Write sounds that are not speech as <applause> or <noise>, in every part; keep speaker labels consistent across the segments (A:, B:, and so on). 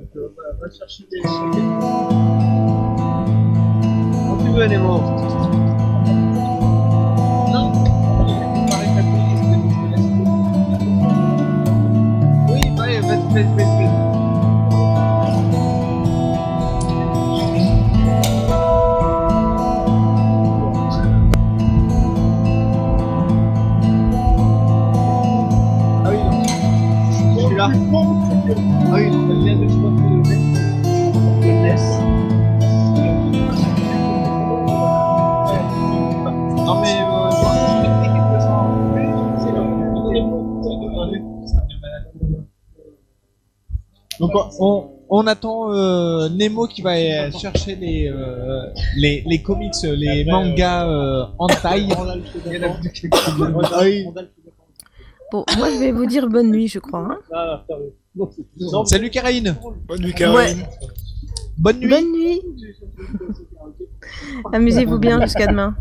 A: euh, va, va te faire chier des Quand tu veux, elle est morte. Non. Oui, bah, vas-y, vas-y, vas-y, vas-y. Ah oui, non. Je suis là. Ah oui, donc elle vient de choix de le Je laisse. Non mais euh, je hein.
B: Donc on, on attend euh, Nemo qui va euh, chercher les, euh, les, les comics, euh, les
C: Après,
B: mangas euh, hentai. Ah oui.
D: Bon, moi je vais vous dire bonne nuit, je crois. hein.
B: Salut Karine,
E: Bonne nuit, Caroline.
B: bonne nuit.
D: Bonne nuit. <laughs> Amusez-vous bien jusqu'à demain.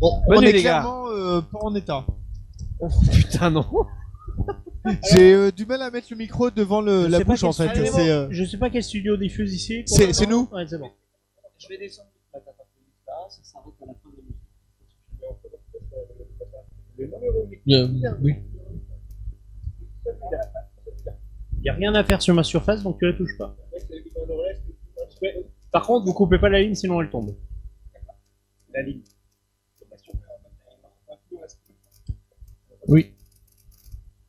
B: Bon,
A: Bonne
B: on
A: nuit,
B: est
A: les gars.
B: clairement euh, pas en état.
C: Oh,
A: Putain non.
B: J'ai euh, du mal à mettre le micro devant le,
C: Je
B: la
C: sais pas
B: bouche en
C: quel
B: fait.
C: studio-
B: C'est, euh,
C: Je sais pas quel studio diffuse ici. qu'on
B: C'est- c'est nous.
C: entend. Ouais, c'est bon.
A: Je vais descendre. Ça s'arrête à la fin de la
B: euh,
C: Y a rien à faire sur ma surface, donc tu la touches pas. Par contre, vous coupez pas la ligne, sinon elle tombe.
A: La ligne.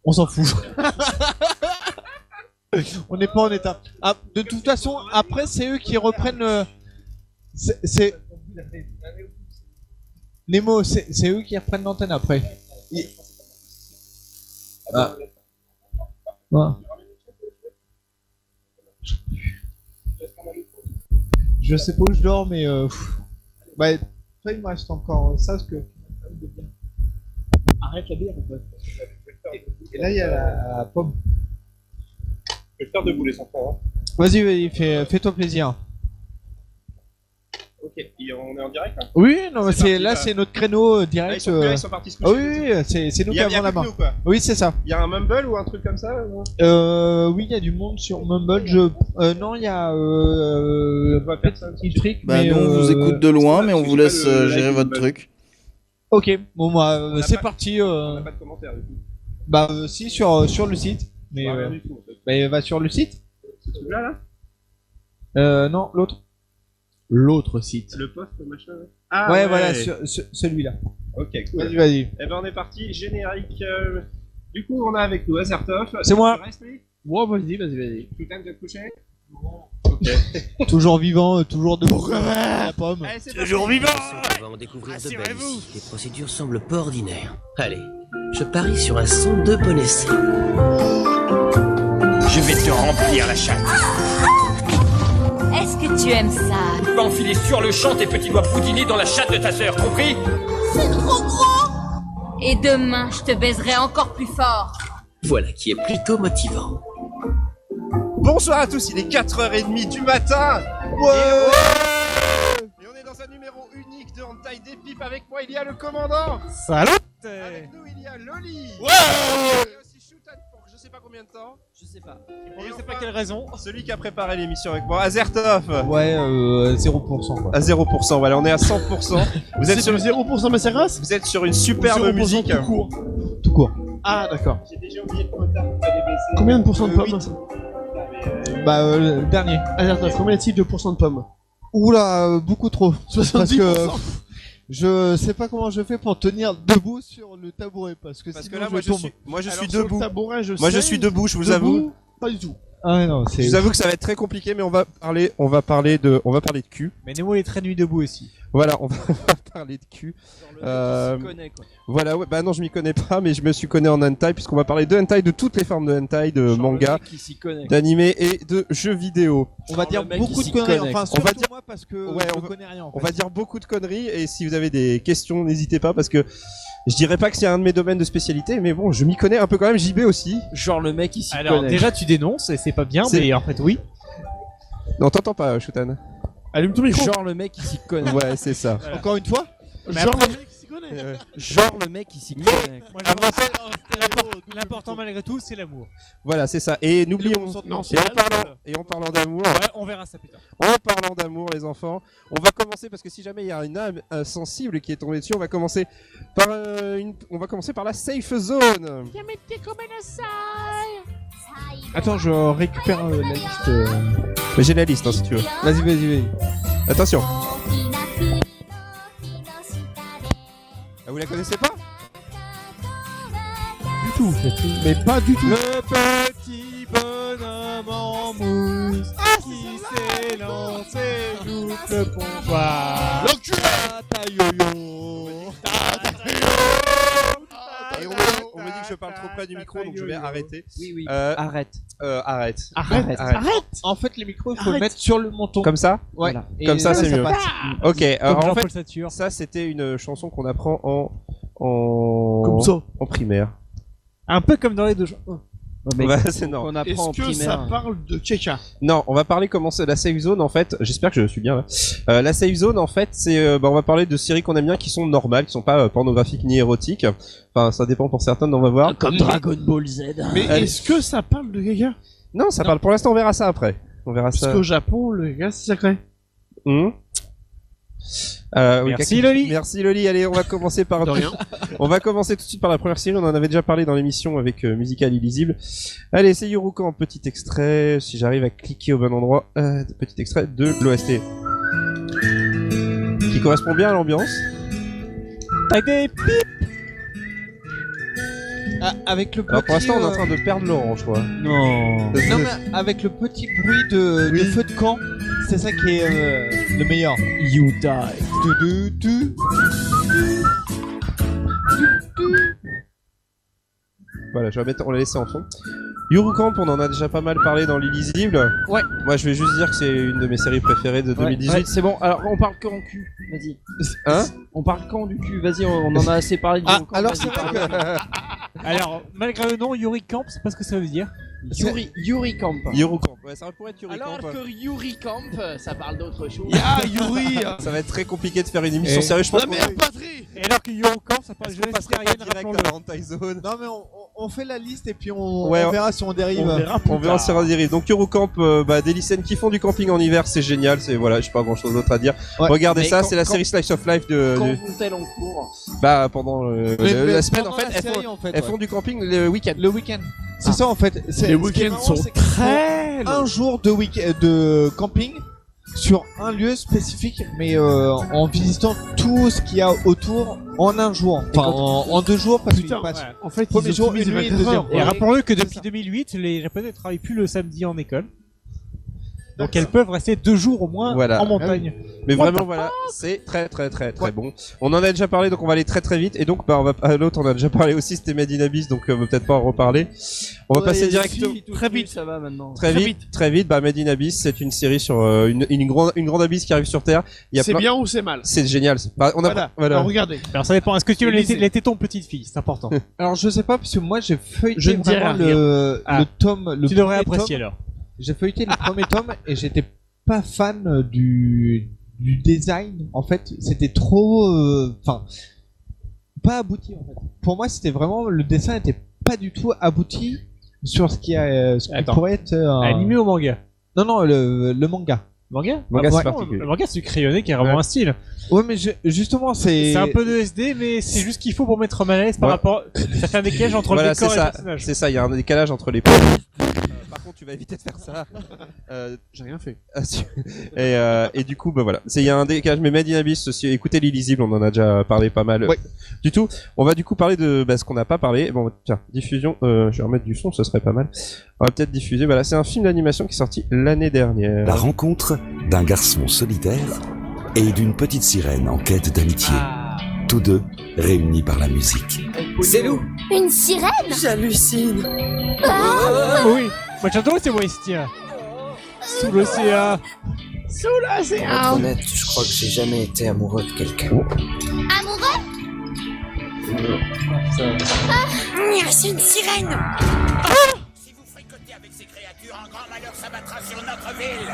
B: on s'en fout. on n'est pas en état. Ah, de toute façon, après c'est eux qui reprennent. euh, c'est- c'est Nemo, c'est c'est eux qui reprennent l'antenne après. Ils- Ah. Ah. Je sais pas où je dors, mais. Euh... pff. Bah, toi, il me reste encore euh, ça, parce que.
A: Arrête la bière ou pas
B: Et là, il y a la, la pomme.
E: Je vais le faire debout, les enfants. hein.
B: Vas-y, vas-y, fais- fais-toi plaisir.
E: Ok. Et on est en direct hein
B: Oui, non, mais
E: C'est
B: c'est
E: parti,
B: là,
E: bah.
B: c'est notre créneau euh,
E: Ah, ils,
B: direct.
E: sont plus là,
B: euh.
E: ils sont partis se coucher.
B: Ah oui, oui, oui, c'est c'est nous
E: Il
B: qui
E: y a, il y a
B: avons la
E: plus
B: main.
E: que nous, quoi.
B: Oui, c'est ça.
E: Il y a un mumble ou un truc comme ça ou-
B: Euh, oui, il y a du monde sur Mumble. Je... euh, non, il y a. Euh...
E: Je vois personne.
B: petit truc,
F: Bah,
B: mais,
F: nous, on
B: euh,
F: vous écoute de loin,
E: c'est
F: mais
E: pas-
F: on
E: c'est
F: vous
E: pas
F: laisse
E: le
F: euh,
E: live
F: gérer
E: du
F: votre
E: bug.
F: truc.
B: Ok, bon, bah, euh,
E: On a
B: c'est
E: pas-
B: parti.
E: On
B: euh,
E: n'a pas de commentaire du coup.
B: Bah, euh, si, sur, euh, sur le site. Mais
E: Pas
B: euh,
E: du tout, en fait.
B: bah, va sur le site.
E: Ce truc-là, là
B: Euh, non, l'autre. L'autre site.
E: Le poste, machin. là Ah,
B: ouais, voilà, ce- ce- celui-là.
E: Ok, cool.
B: Vas-y, vas-y.
E: Eh ben, on est parti, générique. euh, Du coup, on a avec nous Azertov.
B: C'est moi.
E: Tu restes, lui
C: Ouais, vas-y, vas-y, vas-y.
E: Putain, tu vas te coucher
B: toujours vivant, euh, toujours debout. la pomme.
E: Allez, c'est
F: Toujours vivant
G: On va en découvrir de belles
F: Rassurez-vous.
G: ici. Les procédures semblent pas ordinaires. Allez, je parie sur un son de bon essai.
H: Je vais te remplir la chatte.
I: Est-ce que tu aimes ça
H: Tu vas enfiler sur le champ tes petits doigts boudinés dans la chatte de ta sœur, compris
I: Et demain, je te baiserai encore plus fort.
G: Voilà qui est plutôt motivant.
E: Bonsoir à tous, il est 4h30 du matin Et on est dans un numéro unique de Hantai des Pipes. Avec moi, il y a le commandant
B: Salut
E: Avec nous, il y a Loli Il y a aussi Shoutan pour je sais pas combien de temps.
G: Je sais pas.
E: Et je sais pas quelle raison. Celui qui a préparé l'émission avec moi, Azertov
B: Ouais, euh, 0%. Quoi.
E: à 0%, voilà, on est à <laughs> 100%. vous, êtes sur,
C: 0% Massacras
E: vous êtes sur une superbe
C: 0%
E: musique.
C: tout court.
B: Tout court.
C: Ah, d'accord.
E: J'ai déjà oublié le motard pour pas
C: Combien de pourcents de
E: Euh,
C: pommes
B: Bah, euh, le dernier.
C: Azertov, combien y a-t-il de pourcents de pommes
B: Oula, euh, beaucoup trop.
C: 70%.
B: Parce que pff, je sais pas comment je fais pour tenir debout sur le tabouret parce que
E: Parce que
B: sinon
E: là,
B: je
E: moi, je
B: tombe.
E: suis, moi, je
C: Alors,
E: suis
C: sur le
E: debout.
C: tabouret, je
E: Moi, je
C: sais,
E: suis debout, je vous
C: debout,
E: avoue.
C: Pas du tout.
B: Ah ouais, non,
E: Je
B: c'est.
E: vous avoue que ça va être très compliqué, mais on va parler, on va parler de, on va parler de cul.
B: Mais Nemo il est très nuit debout aussi.
E: Voilà, on <laughs> va parler de cul. Euh, Voilà, ouais, bah non, je m'y connais pas, mais je me suis connu en hentai puisqu'on va parler de hentai, de toutes les formes de hentai, de manga, d'anime et de jeux vidéo.
B: On va dire
A: le mec,
B: beaucoup
A: il
B: de
A: s'y
B: conneries.
A: connaît,
B: Enfin,
E: quoi. On va
B: surtout moi parce que
E: Ouais,
B: je
E: on
B: ne
E: va-
B: connais rien. En
E: On
B: fait.
E: va dire beaucoup de conneries et si vous avez des questions, n'hésitez pas parce que je dirais pas que c'est un de mes domaines de spécialité, mais bon, je m'y connais un peu quand même. JB aussi.
A: Genre le mec ici.
C: Alors, déjà, tu dénonces, et c'est pas bien,
E: C'est-
C: mais en fait, oui.
E: Non, t'entends pas, euh, <laughs> Shoutan.
C: Allume ton micro.
A: Genre le mec ici connaît.
E: Ouais, c'est ça.
B: <laughs> Encore une fois
C: Genre, le mec s'y connaît.
E: Ouais.
G: Genre le mec qui s'y connaît.
B: Moi, je rappelle en stéréo, L'important malgré tout, c'est l'amour.
E: Voilà, c'est ça. Et
J: Le
E: n'oublions
J: consentement,
E: et
J: c'est
E: en
J: la
E: parlant,
J: base.
E: et en parlant d'amour,
B: Ouais, on verra ça plus tard.
E: en parlant d'amour, les enfants, on va commencer parce que si jamais il y a une âme euh, sensible qui est tombée dessus, on va commencer par euh, une, on va commencer par la safe zone.
B: Attends, je récupère
C: Oh,
B: euh, la liste. euh.
E: Mais J'ai la liste hein, si tu veux.
B: Vas-y, vas-y, vas-y.
E: Attention. Ah, vous la connaissez pas
G: Du tout, mais pas du tout.
B: Le petit bonhomme en mousse qui s'est lancé tout le pouvoir. Ah,
E: Et on me, dit, on me dit que je parle trop près du micro, donc je vais arrêter.
B: Oui, Ah. oui.
E: Euh,
G: Arrête.
E: euh, arrête.
G: Arrête.
E: Arrête.
B: En fait, les micros, il faut le mettre sur le menton.
E: Comme ça
B: Ouais.
G: Voilà.
B: Et
E: Comme ça, c'est mieux.
B: passe.
E: Ok. Alors, en fait,
G: Satur.
E: ça c'était une chanson qu'on apprend en en
G: ça.
E: en primaire.
B: Un peu comme dans les deux jeux.
G: Mais
E: Bah, c'est normal.
G: On apprend
J: Est-ce
G: en
J: que ça
G: primaire.
J: parle de quelqu'un
E: Non, on va parler comment c'est la safe zone en fait. J'espère que je suis bien là. Euh, la safe zone en fait, c'est euh, bah, on va parler de séries qu'on aime bien qui sont normales, qui sont pas euh, pornographiques ni érotiques. Enfin, ça dépend pour certaines, on va voir.
K: Comme Dragon Ball Z.
J: Mais
E: Allez.
J: est-ce que ça parle de quelqu'un
E: Non, ça parle pour l'instant, on verra ça après. On verra
J: Parce
E: ça.
J: qu'au Japon, le gars, c'est sacré.
E: Hmm. Euh, oui,
G: Merci,
E: Kaki-
G: Loli.
E: Merci Loli. Allez, on va commencer par
J: De rien.
E: on va commencer tout de suite par la première série. On en avait déjà parlé dans l'émission avec euh, Musical Illisible. Allez, c'est Yuruka en petit extrait. Si j'arrive à cliquer au bon endroit, euh, petit extrait de l'OST qui correspond bien à l'ambiance.
B: Avec des pips Ah, Avec le petit.
E: Alors pour l'instant, on est en
B: euh,
E: train de perdre Laurent, je crois.
G: Non.
F: <laughs>
B: Non, mais avec le petit bruit de, de feu de camp, c'est ça qui est euh, le meilleur.
G: You die.
B: Tu, tu, tu.
E: Voilà, je vais mettre, on l'a laissé en fond. Yurukamp, on en a déjà pas mal parlé dans l'illisible.
G: Ouais.
E: Moi, je vais juste dire que c'est une de mes séries préférées de 2018.
G: c'est bon. Alors on parle qu'en cul. Vas-y.
E: Hein
G: On parle quand du cul Vas-y, on, on en a assez parlé. du
B: Ah,
G: camp,
B: alors
G: vas-y,
B: c'est vrai
G: parle.
B: que. Alors, malgré le nom, Yuri Camp, c'est pas ce que ça veut dire.
G: Yuri, Yuri Camp.
E: Yurukamp, ouais, ça pourrait être Yurukamp.
J: Yuri Camp, ça parle d'autre chose.
B: Ah, Yuri
E: Ça va être très compliqué de faire une émission
B: Eh.
E: sérieuse, je pense. qu'on-
J: patrie
B: Et alors que Yuri Camp, ça parle
E: Est-ce qu'on passerait pas direct à la hentai Zone
B: Non, mais on, on- on fait la liste et puis on,
E: Ouais,
B: on
E: on-
B: verra si on dérive.
J: On verra plus
E: On verra
J: tard.
E: si on dérive. Donc Eurocamp, euh, bah, des lycéennes qui font du camping en hiver, c'est génial. C'est voilà, j'ai pas grand chose d'autre à dire.
B: Ouais.
E: Regardez
G: Mais
E: ça,
G: quand-
E: c'est la
G: quand-
E: série Slice of Life de,
G: Quand
E: de-
G: vont-elles en cours
E: bah pendant euh,
B: Mais-
E: le-
B: mais
E: la semaine en
B: pendant
E: fait.
B: la
E: Elles, font,
B: série, en fait,
E: elles
B: ouais.
E: font du camping le week-end.
B: Le week-end. C'est ça en fait. C'est-
J: Les
B: ce qui est
J: week-ends
B: marrant,
J: sont
B: c'est qu'ils font Un jour de, week de camping sur un lieu spécifique, mais euh, en visitant tout ce qu'il y a autour en un jour. Enfin, en, en deux jours, parce qu'ils
J: Putain,
B: passent.
J: En fait,
B: Premier
J: ils
B: jour,
J: optimisent
B: une nuit,
J: les
B: deuxième.
J: 24 heures.
B: Et
J: Ouais.
B: rappelons-le que
J: C'est ça.
B: depuis 2008, les Japonais ne travaillent plus le samedi en école. Donc elles peuvent rester deux jours au moins
E: Voilà.
B: en montagne.
E: Mais vraiment voilà, c'est très très très très bon. On en a déjà parlé, donc on va aller très très vite. Et donc bah on va à l'autre, on a déjà parlé aussi. C'était Made in Abyss, donc euh, on va peut-être pas en reparler. On va passer directement.
G: Très vite, ça va maintenant.
E: Très
J: Très
E: vite, très vite. Bah, Made in Abyss, c'est une série sur euh, une, une grande une grande abysse qui arrive sur Terre. Il y a
J: C'est
E: plein-
J: bien ou c'est mal
E: C'est génial. Bah, on a
J: Voilà.
E: voilà.
J: Alors regardez.
B: Alors ça dépend. Est-ce que tu veux les,
J: Élisée.
B: les tétons petite fille C'est important.
G: Alors je sais pas parce que moi j'ai feuilleté.
J: Je ne dirai
B: Vraiment,
J: rien.
B: le,
G: Ah.
B: le tome, le
C: Tu devrais
B: premier
C: apprécier alors.
B: J'ai feuilleté le premier tome et j'étais pas fan euh, du, du design. En fait, c'était trop. euh, Enfin. pas abouti en fait. Pour moi, c'était vraiment. Le dessin était pas du tout abouti sur ce qui, a, euh, ce qui
C: Attends.
B: pourrait être. un-
C: Animé ou manga
B: Non, non, le, le Ah. manga.
C: Manga
E: Manga,
C: Ah,
E: c'est
C: ouais.
E: particulier.
C: Le manga, c'est crayonné qui est vraiment
E: Ouais.
C: un style.
B: Ouais, mais je- justement, c'est.
C: C'est un peu de SD, mais c'est juste qu'il faut pour mettre mal à l'aise par
E: Ouais.
C: rapport. Ça fait un décalage entre
E: Voilà,
C: le décor
E: c'est
C: et le
E: ça.
C: personnage.
E: C'est ça, il y a un décalage entre les. Euh, par contre, tu vas éviter de faire ça. Euh, <laughs>
J: J'ai rien fait.
E: ah, si. et, euh, et du coup, bah voilà. C'est- Il y a un décalage, mais Made in Abyss, aussi, écoutez l'illisible, on en a déjà parlé pas mal euh,
B: Ouais.
E: du tout. On va du coup parler de bah, ce qu'on n'a pas parlé. Bon, tiens, diffusion, euh, je vais remettre du son, ce serait pas mal. On va peut-être diffuser. Voilà, c'est un film d'animation qui est sorti l'année dernière.
F: Ah.
L: La rencontre d'un garçon solitaire et d'une petite sirène en quête d'amitié,
E: Ah.
L: tous deux réunis par la musique.
K: C'est loup
I: Une sirène
K: J'hallucine
C: Oh Oui, moi j'adore c'est Westia. Sous l'océan.
K: Entre honnête, je crois que j'ai jamais été amoureux de quelqu'un.
I: Amoureux Ah, C'est une sirène
H: Si vous fricotez avec ces créatures, un grand malheur s'abattra sur notre ville.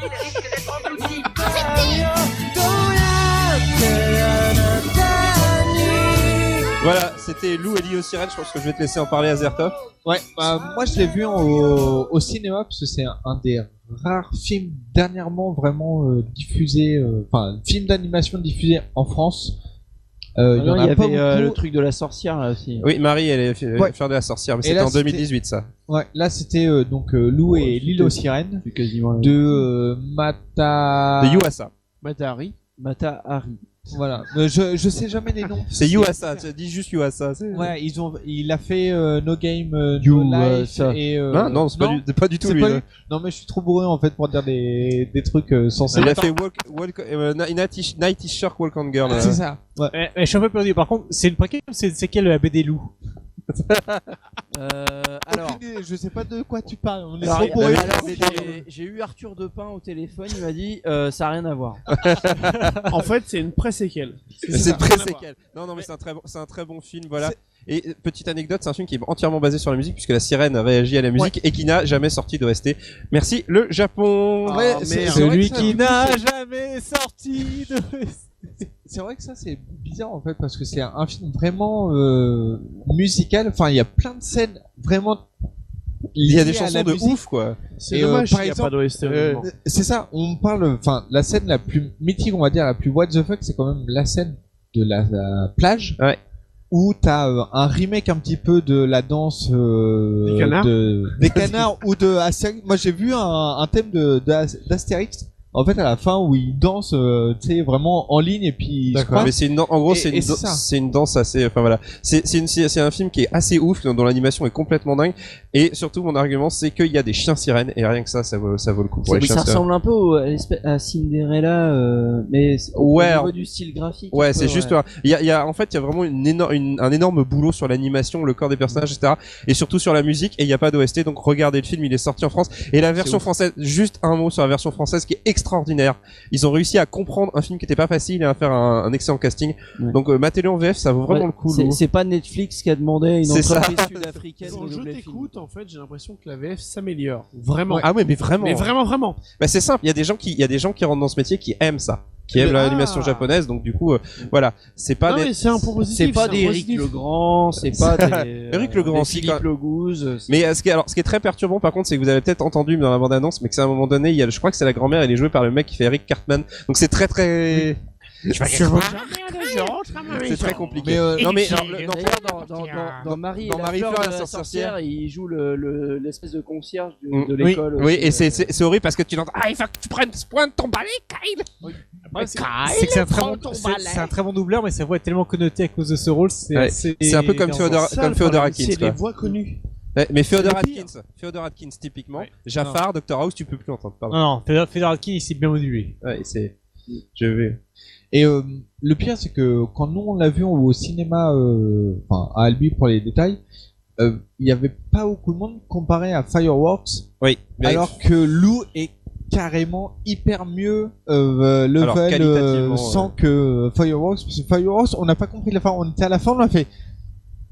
M: il risque d'être englouti.
E: Voilà, c'était Lou et Lio Sirène. Je pense que je vais te laisser en parler à Zertov.
B: Ouais, bah, moi je l'ai vu en- au, au cinéma parce que c'est un, un des rares films dernièrement vraiment euh, diffusés, euh, enfin film d'animation diffusé en France. Euh,
G: Ah non,
B: en
G: il y avait, euh,
B: beaucoup.
G: le truc de la sorcière là aussi.
E: Oui, Marie, elle est
B: Ouais.
E: faire de la sorcière, mais
B: Et
E: c'était
B: là,
E: en
B: c'était-
E: 2018 ça.
B: Ouais, là c'était euh, donc euh, Lou
G: Oh,
B: et l'île aux sirènes de euh, Mata.
E: De Yuasa.
G: Matahari. Matahari.
B: Voilà, Euh, je, je sais jamais les
G: <laughs>
B: noms.
E: C'est Yuasa, tu as dit juste Yuasa. c'est-
B: Ouais, ils ont, il a fait euh, No Game, euh, No Life
E: Yuasa.
B: et. euh,
E: Hein Non, c'est pas du- c'est pas du tout
B: c'est
E: lui, euh.
B: pas
E: non.
B: hein. Non, mais je suis trop bourré en fait pour dire des, des trucs euh, sensés.
E: Il a fait walk, walk, euh, Na- Night is- Night is Shark Walk on Girl.
B: C'est
E: euh.
B: ça. Ouais.
C: Eh, eh, je suis un peu perdu. Par contre, c'est le préquel ou c'est c'est quel la BD Loup
G: Euh, alors.
B: Eh, je sais pas de quoi tu parles. On est
G: Alors,
B: trop bourrés.
G: alors, j'ai- j'ai eu Arthur Depin au téléphone, il m'a dit euh, ça a rien à voir.
E: En
C: fait, c'est une pré-séquelle.
E: C'est une pré-séquelle. Non, non, mais c'est un très bon, c'est un très bon film, voilà. Et euh, petite anecdote, c'est un film qui est entièrement basé sur la musique puisque la sirène a réagi à la musique et qui n'a jamais sorti d'OST. Merci le Japon.
B: Ouais,
E: Ah,
B: c'est-
E: merde.
B: c'est vrai que ça, du coup, c'est-
G: jamais sorti de.
B: C'est vrai que ça c'est bizarre en fait parce que c'est un film vraiment euh, musical. Enfin, il y a plein de scènes vraiment.
E: Il y a des
B: liées à
E: chansons
B: la
E: de
B: musique.
E: ouf, quoi.
B: Et,
E: C'est
B: euh,
E: dommage
B: par
E: qu'il y a
B: exemple,
E: pas d'OST,
B: euh,
E: honnêtement.
B: c'est ça. On parle. Enfin, la scène la plus mythique, on va dire, la plus what the fuck, c'est quand même la scène de la, la plage. Où t'as euh, un remake un petit peu de la danse euh,
G: Des canards
E: <laughs>
B: de- des canards ou de Astérix. Moi j'ai vu un, un thème de d'As- d'Astérix en fait à la fin où ils dansent, euh, tu sais vraiment en ligne et puis ils se
E: D'accord.
B: croisent.
E: Mais c'est une, dan- en gros,
B: Et-
E: c'est
B: et
E: une, dan-
B: ça.
E: c'est une danse assez, enfin voilà. C'est, c'est une- c'est- c'est un film qui est assez ouf, dont, dont l'animation est complètement dingue. Et surtout, mon argument, c'est qu'il y a des chiens sirènes et rien que ça, ça vaut, ça vaut le coup pour les
G: Ça-
E: chiens
G: ça
E: sirènes.
G: ressemble un peu au- à, l'espèce- à Cinderella, euh, mais c'est- au
E: Ouais.
G: niveau du style graphique. un
E: Ouais,
G: peu,
E: c'est juste. voilà. Il y a, il y a- en fait, il y a vraiment une énorme, une- un énorme boulot sur l'animation, le corps des personnages, etc. Et surtout sur la musique. Et il n'y a pas d'OST, donc regardez le film. Il est sorti en France. Et la version
G: ouf.
E: française, juste un mot sur la version française qui est extraordinaire. Ils ont réussi à comprendre un film qui n'était pas facile et à faire un, un excellent casting. Donc, euh, matez-le en VF, ça vaut vraiment
G: Ouais,
E: le coup.
G: c'est-
E: Lou.
G: c'est pas Netflix qui a demandé à une
E: C'est ça.
G: entreprise
J: <laughs>
G: sud-africaine
J: Quand
G: de
J: je
G: doubler le film.
J: t'écoute, en fait, j'ai l'impression que la VF s'améliore. Vraiment.
E: Ah ouais, mais vraiment.
J: Mais vraiment, vraiment.
E: Bah, c'est simple, il y a des gens qui il y a des gens qui rentrent dans ce métier qui aiment ça, qui aiment
J: Ah.
E: l'animation japonaise donc du coup euh, voilà, c'est pas
J: Non,
E: des-
J: mais c'est un point positif,
G: C'est pas
J: c'est un
G: des Eric
J: positif.
G: le Grand, c'est pas des.
E: Eric le Grand,
G: des
E: si,
G: Philippe
E: quand-
G: le Gouze.
E: mais euh, ce qui est, alors ce qui est très perturbant par contre c'est que vous avez peut-être entendu dans la bande annonce mais que c'est à un moment donné il y a le- je crois que c'est la grand-mère elle est jouée par le mec qui fait Eric Cartman donc c'est très très c'est très compliqué
G: Mais, euh,
E: non mais
G: Eric,
E: alors, le- non,
G: D'ailleurs, dans, dans, dans, dans Marie,
E: Dans
G: et
E: Marie
G: la
E: Fleur
G: fleur de la sorcière, il joue le- le- l'espèce de concierge du- de
E: mm, oui,
G: l'école.
E: oui,
G: aussi,
E: et c'est-
G: euh.
E: c'est c'est horrible parce que tu l'entends
M: il faut que tu prennes ce point de ton balai, Kyle
C: Après, c'est-
M: Kyle,
C: c'est que c'est un, très
M: prends
C: bon-
M: ton
C: c'est-
M: balai.
C: c'est un très bon doubleur, mais sa voix est tellement connotée à cause de ce rôle. C'est
E: Ouais.
C: assez-
E: C'est un peu comme Féodor,
C: Ça,
E: comme
C: le
E: Féodor
C: problème,
E: Atkins.
C: c'est
E: quoi.
C: les voix connues.
E: Ouais, Eh, mais Féodor
C: C'est le pire.
E: Atkins, Féodor Atkins typiquement, Jafar, Doctor House, tu peux plus entendre. Pardon.
C: Non, non, Féodor- Féodor Atkins, il s'est bien modulé.
E: Ouais, c'est. Je vais.
B: Et euh, le pire, c'est que quand nous on l'a vu au cinéma, euh, enfin à Albi pour les détails, euh, il n'y avait pas beaucoup de monde comparé à Fireworks.
E: Oui. mais-
B: Alors que Lou est carrément hyper mieux euh, level
E: Alors,
B: euh,
E: qualitativement,
B: sans que Fireworks. Parce que Fireworks, on n'a pas compris la fin. On était à la fin, on l'a fait.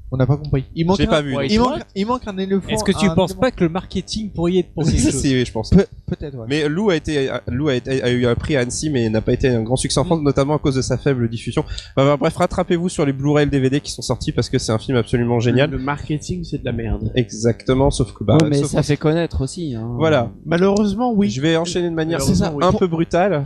B: On n'a pas compris. Il manque,
C: J'ai
B: un,
C: pas vu,
B: il,
C: non.
B: manque, il manque un éléphant.
C: Est-ce que tu
B: un
C: penses
B: élément-
C: pas que le marketing pourrait y être pour quelque
E: <laughs> Si,
C: chose
E: si, je pense.
B: Peut-être, ouais.
E: Mais Lou a été, Lou a, été- a eu un prix à Annecy, mais n'a pas été un grand succès en France, notamment à cause de sa faible diffusion. Bah, bah, bref, rattrapez-vous sur les Blu-ray et le DVD qui sont sortis parce que c'est un film absolument
C: Mm.
E: génial.
J: Le marketing, c'est de la merde.
E: Exactement, sauf que bah,
G: Ouais, mais
E: sauf
G: ça
E: que-
G: fait connaître aussi. hein.
E: Voilà.
J: Malheureusement, oui.
E: Je vais enchaîner de manière
B: C'est ça, oui.
E: un peu brutale.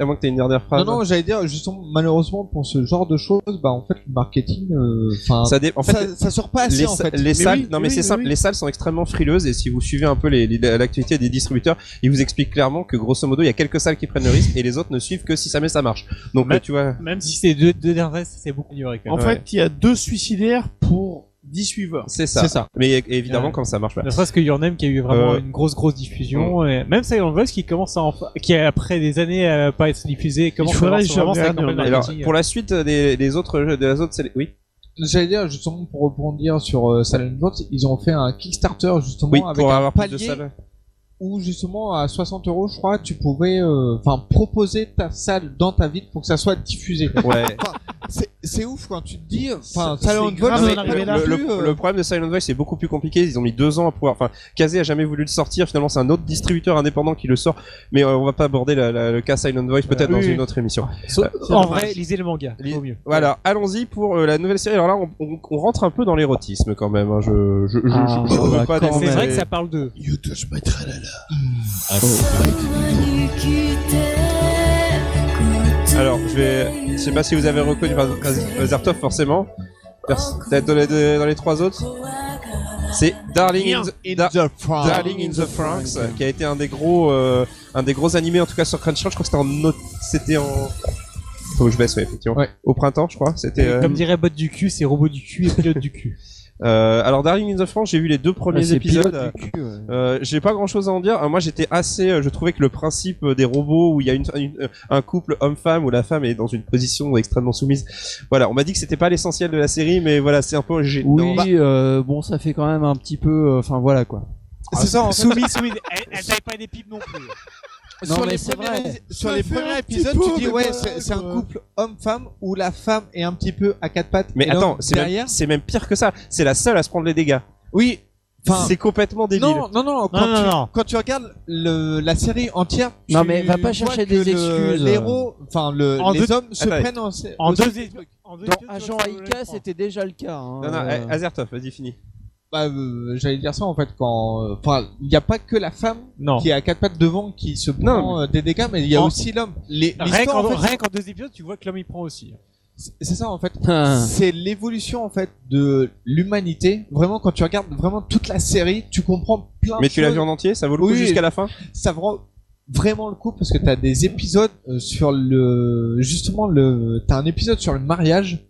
E: À moins que t'aies une dernière phrase.
B: Non, non, j'allais dire, justement, malheureusement, pour ce genre de choses, bah, en fait, le marketing, euh, enfin,
E: ça, dé- en
B: ça,
E: fait,
B: ça sort pas assez,
E: les,
B: en
E: sa-
B: fait.
E: les salles, non mais c'est simple, les salles sont extrêmement frileuses et si vous suivez un peu les- les- l'actualité des distributeurs, ils vous expliquent clairement que grosso modo il y a quelques salles qui prennent le risque et les autres ne suivent que si ça met ça marche. Donc
C: Mais-
E: euh, tu vois.
C: Même si c'est deux, deux dernières, c'est beaucoup mieux.
J: En fait, il y a deux suicidaires pour 10 suiveurs.
E: c'est ça. Mais évidemment
C: Ouais.
E: quand ça marche pas.
C: Ne serait-ce que Your Name qui a eu vraiment
E: Euh,
C: une grosse grosse diffusion, et même Silent Voice qui commence à en fa- qui après des années à pas être diffusé, commence à avoir vraiment sa campagne
E: Alors,
B: euh.
C: marketing.
E: pour la suite des, des autres jeux de la zone, c'est oui.
B: J'allais dire, justement, pour rebondir sur euh, Silent Voice, ils ont fait un Kickstarter, justement,
E: Oui,
B: Oh, avec
E: pour
B: un
E: avoir plus de
B: palier
E: salles.
B: où, justement, à 60 euros, je crois, tu pouvais, euh, enfin, proposer ta salle dans ta ville pour que ça soit diffusé.
E: Ouais.
B: Enfin, c'est- c'est ouf quand tu te dis, enfin,
E: C'est-
B: Talent
E: c'est
B: Voice,
E: grave
B: on
E: d'en
B: peut
E: arriver là.
B: plus,
E: le,
B: euh,
E: le- le problème de Silent Voice c'est beaucoup plus compliqué. Ils ont mis deux ans à pouvoir. Enfin, Kazé a jamais voulu le sortir. Finalement, c'est un autre distributeur indépendant qui le sort. Mais euh, on va pas aborder la- la- le cas Silent Voice peut-être
C: Euh,
E: dans
C: oui,
E: une
C: oui.
E: autre émission.
C: Sauf-
E: Euh,
C: en vrai, lisez le manga, vaut mieux.
E: Voilà, allons-y pour euh, la nouvelle série. Alors là, on, on- on rentre un peu dans l'érotisme quand même. hein. Je, je, je,
C: Ah,
E: je- je veux
C: bah,
E: pas
C: quand
E: dénoncer-
C: même. C'est vrai que ça parle d'eux.
E: You touch my tralala. Alors, je vais. Je sais pas si vous avez reconnu Vaz- Vaz- Vazartov forcément. Pers- Peut-être dans les, deux- dans les trois autres. C'est Darling in, the, Da-
B: Ah.
E: Darling in the Franks, euh, qui a été un des gros, euh, un des gros animés en tout cas sur Crunchyroll. Je crois que c'était en, aut- c'était en. Faut que je baisse, ouais, effectivement. Au printemps, je crois. C'était. euh,
C: Comme dirait Bot du cul, c'est robot du cul et pilote du cul.
E: euh, alors Darling in the France, j'ai vu les deux premiers
C: c'est
E: épisodes.
C: pilote du cul, ouais.
E: Euh, j'ai pas grand chose à en dire. Euh, moi j'étais assez, euh, je trouvais que le principe euh, des robots où il y a une, une- euh, un couple homme-femme où la femme est dans une position extrêmement soumise. Voilà, on m'a dit que c'était pas l'essentiel de la série, mais voilà c'est un peu gênant.
G: Oui, euh, bon, ça fait quand même un petit peu. euh, Enfin, voilà quoi.
B: C'est ça, en fait.
C: Soumise, soumise. Elle, elle taille pas des pipes non plus.
G: Non,
B: sur
G: mais
B: les
G: c'est
B: premiers,
G: vrai.
B: sur
G: Ça
B: les
G: fait
B: premiers
G: un petit
B: épisodes,
G: peu,
B: tu dis
G: mais
B: ouais,
G: pas
B: c'est
G: mal,
B: c'est un
G: quoi.
B: couple homme-femme où la femme est un petit peu à quatre pattes.
E: Mais
B: et
E: attends,
B: l'homme
E: c'est même,
B: derrière.
E: c'est même pire que ça. C'est la seule à se prendre les dégâts. Oui,
B: Enfin-
E: c'est complètement débile.
B: Non, non, non, quand,
E: non,
B: tu,
E: non.
B: quand tu regardes le- la série entière,
G: Non,
B: tu
G: mais va pas
B: vois
G: chercher
B: que
G: des
B: le-
G: excuses.
B: L'héros, enfin, le-
G: En
B: les
G: deux-
B: hommes se
E: Attendez.
B: prennent en, sé-
E: En
B: au-
E: deux é-
G: Dans Agent Aika, c'était déjà le cas. hein.
E: Non, non,
G: Euh,
E: eh, Azertov, vas-y, fini.
B: Bah, euh, j'allais dire ça en fait quand euh, enfin il n'y a pas que la femme
C: Non.
B: qui est à quatre pattes devant qui se prend
C: Non, mais-
B: euh, des dégâts mais il y a
C: En-
B: aussi l'homme Les-
C: Bah, Rien
B: l'histoire,
C: qu'en
B: en fait,
C: rien qu'en deux épisodes, tu vois que l'homme il prend aussi.
B: c'est ça en fait
C: Ah.
B: c'est l'évolution en fait de l'humanité vraiment quand tu regardes vraiment toute la série tu comprends plein
E: Mais
B: de
E: tu l'as
B: choses.
E: vu en entier, ça vaut le coup
B: Oui,
E: jusqu'à la fin. <laughs>
B: ça vaut vraiment le coup parce que t'as des épisodes euh, sur le justement le t'as un épisode sur le mariage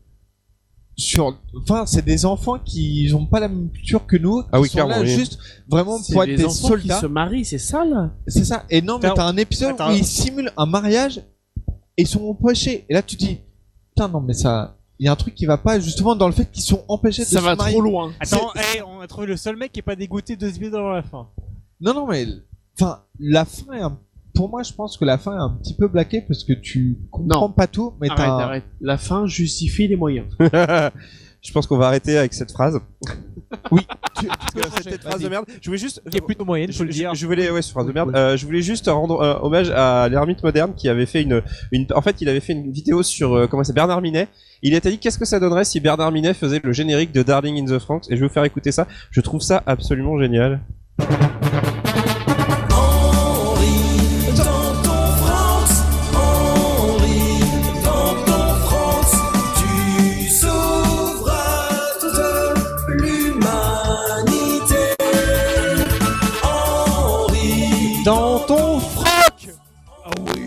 B: sur enfin c'est des enfants qui ont pas la même culture que nous
E: Ah
B: qui
E: oui,
B: sont là
E: clairement, oui.
B: juste vraiment pour être des soldats
N: qui se marient, c'est ça là
B: c'est ça. Et non, mais
N: Attends.
B: t'as un épisode
N: Attends.
B: où ils simulent un mariage et ils sont empêchés. Et là, tu te dis, putain, non, mais ça. Il y a un truc qui va pas justement dans le fait qu'ils sont empêchés de se marier.
C: Attends,
B: C'est-
C: hey, on a trouvé le seul mec qui est pas dégoûté deux épisodes avant la fin.
B: Non, non, mais. Enfin, la fin est un- Pour moi, je pense que la fin est un petit peu blaquée parce que tu comprends pas tout, mais
N: Arrête,
G: Ah.
B: t'as.
N: arrête. La fin justifie les moyens.
E: Je pense qu'on va arrêter avec cette phrase. Oui, tu- parce que
N: changer.
E: cette phrase de
N: Vas-y.
E: merde. Je voulais juste.
C: Qui est plutôt moyenne,
E: je,
C: faut le
E: je-
C: dire.
E: je voulais, ouais, sur phrase de merde. Euh, je voulais juste rendre euh, hommage à l'ermite moderne qui avait fait une, une. En fait, il avait fait une vidéo sur euh, comment c'est Bernard Minet. Il était dit qu'est-ce que ça donnerait si Bernard Minet faisait le générique de Darling in the Franxx et je vais vous faire écouter ça. Je trouve ça absolument génial.
M: Dans ton France, Henri, dans ton France, tu sauveras toute l'humanité. Henri,
C: dans ton froc.
M: Ah oui.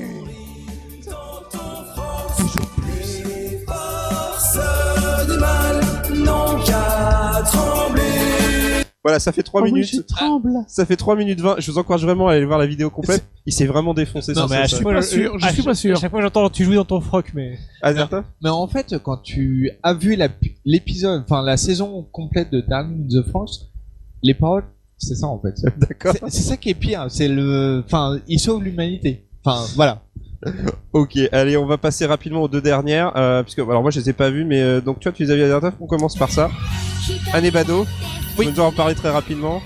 M: Dans ton France, plus personne n'est mal, non qu'à trembler.
E: Voilà, ça fait 3
M: Oh oui,
E: minutes.
M: je tremble.
E: Ah, Ça fait 3 minutes 20. Je vous encourage vraiment à aller voir la vidéo complète. Il s'est vraiment défoncé
C: Non,
E: sur
C: mais
E: ça,
C: à
E: ça.
C: chaque fois, je- à chaque- À chaque fois, j'entends tu joues dans ton froc, mais.
B: Mais en fait, quand tu as vu la- l'épisode, enfin la saison complète de Darling in the France, les paroles, c'est ça en fait.
E: D'accord.
B: C'est c'est ça qui est pire. C'est le, enfin, il sauve l'humanité. Enfin, voilà.
E: Ok, allez, on va passer rapidement aux deux dernières, euh, puisque alors moi je les ai pas vues, mais euh, donc toi tu les avais la dernière fois. On commence par ça. Anne Bado. Oui. On doit en parler très rapidement.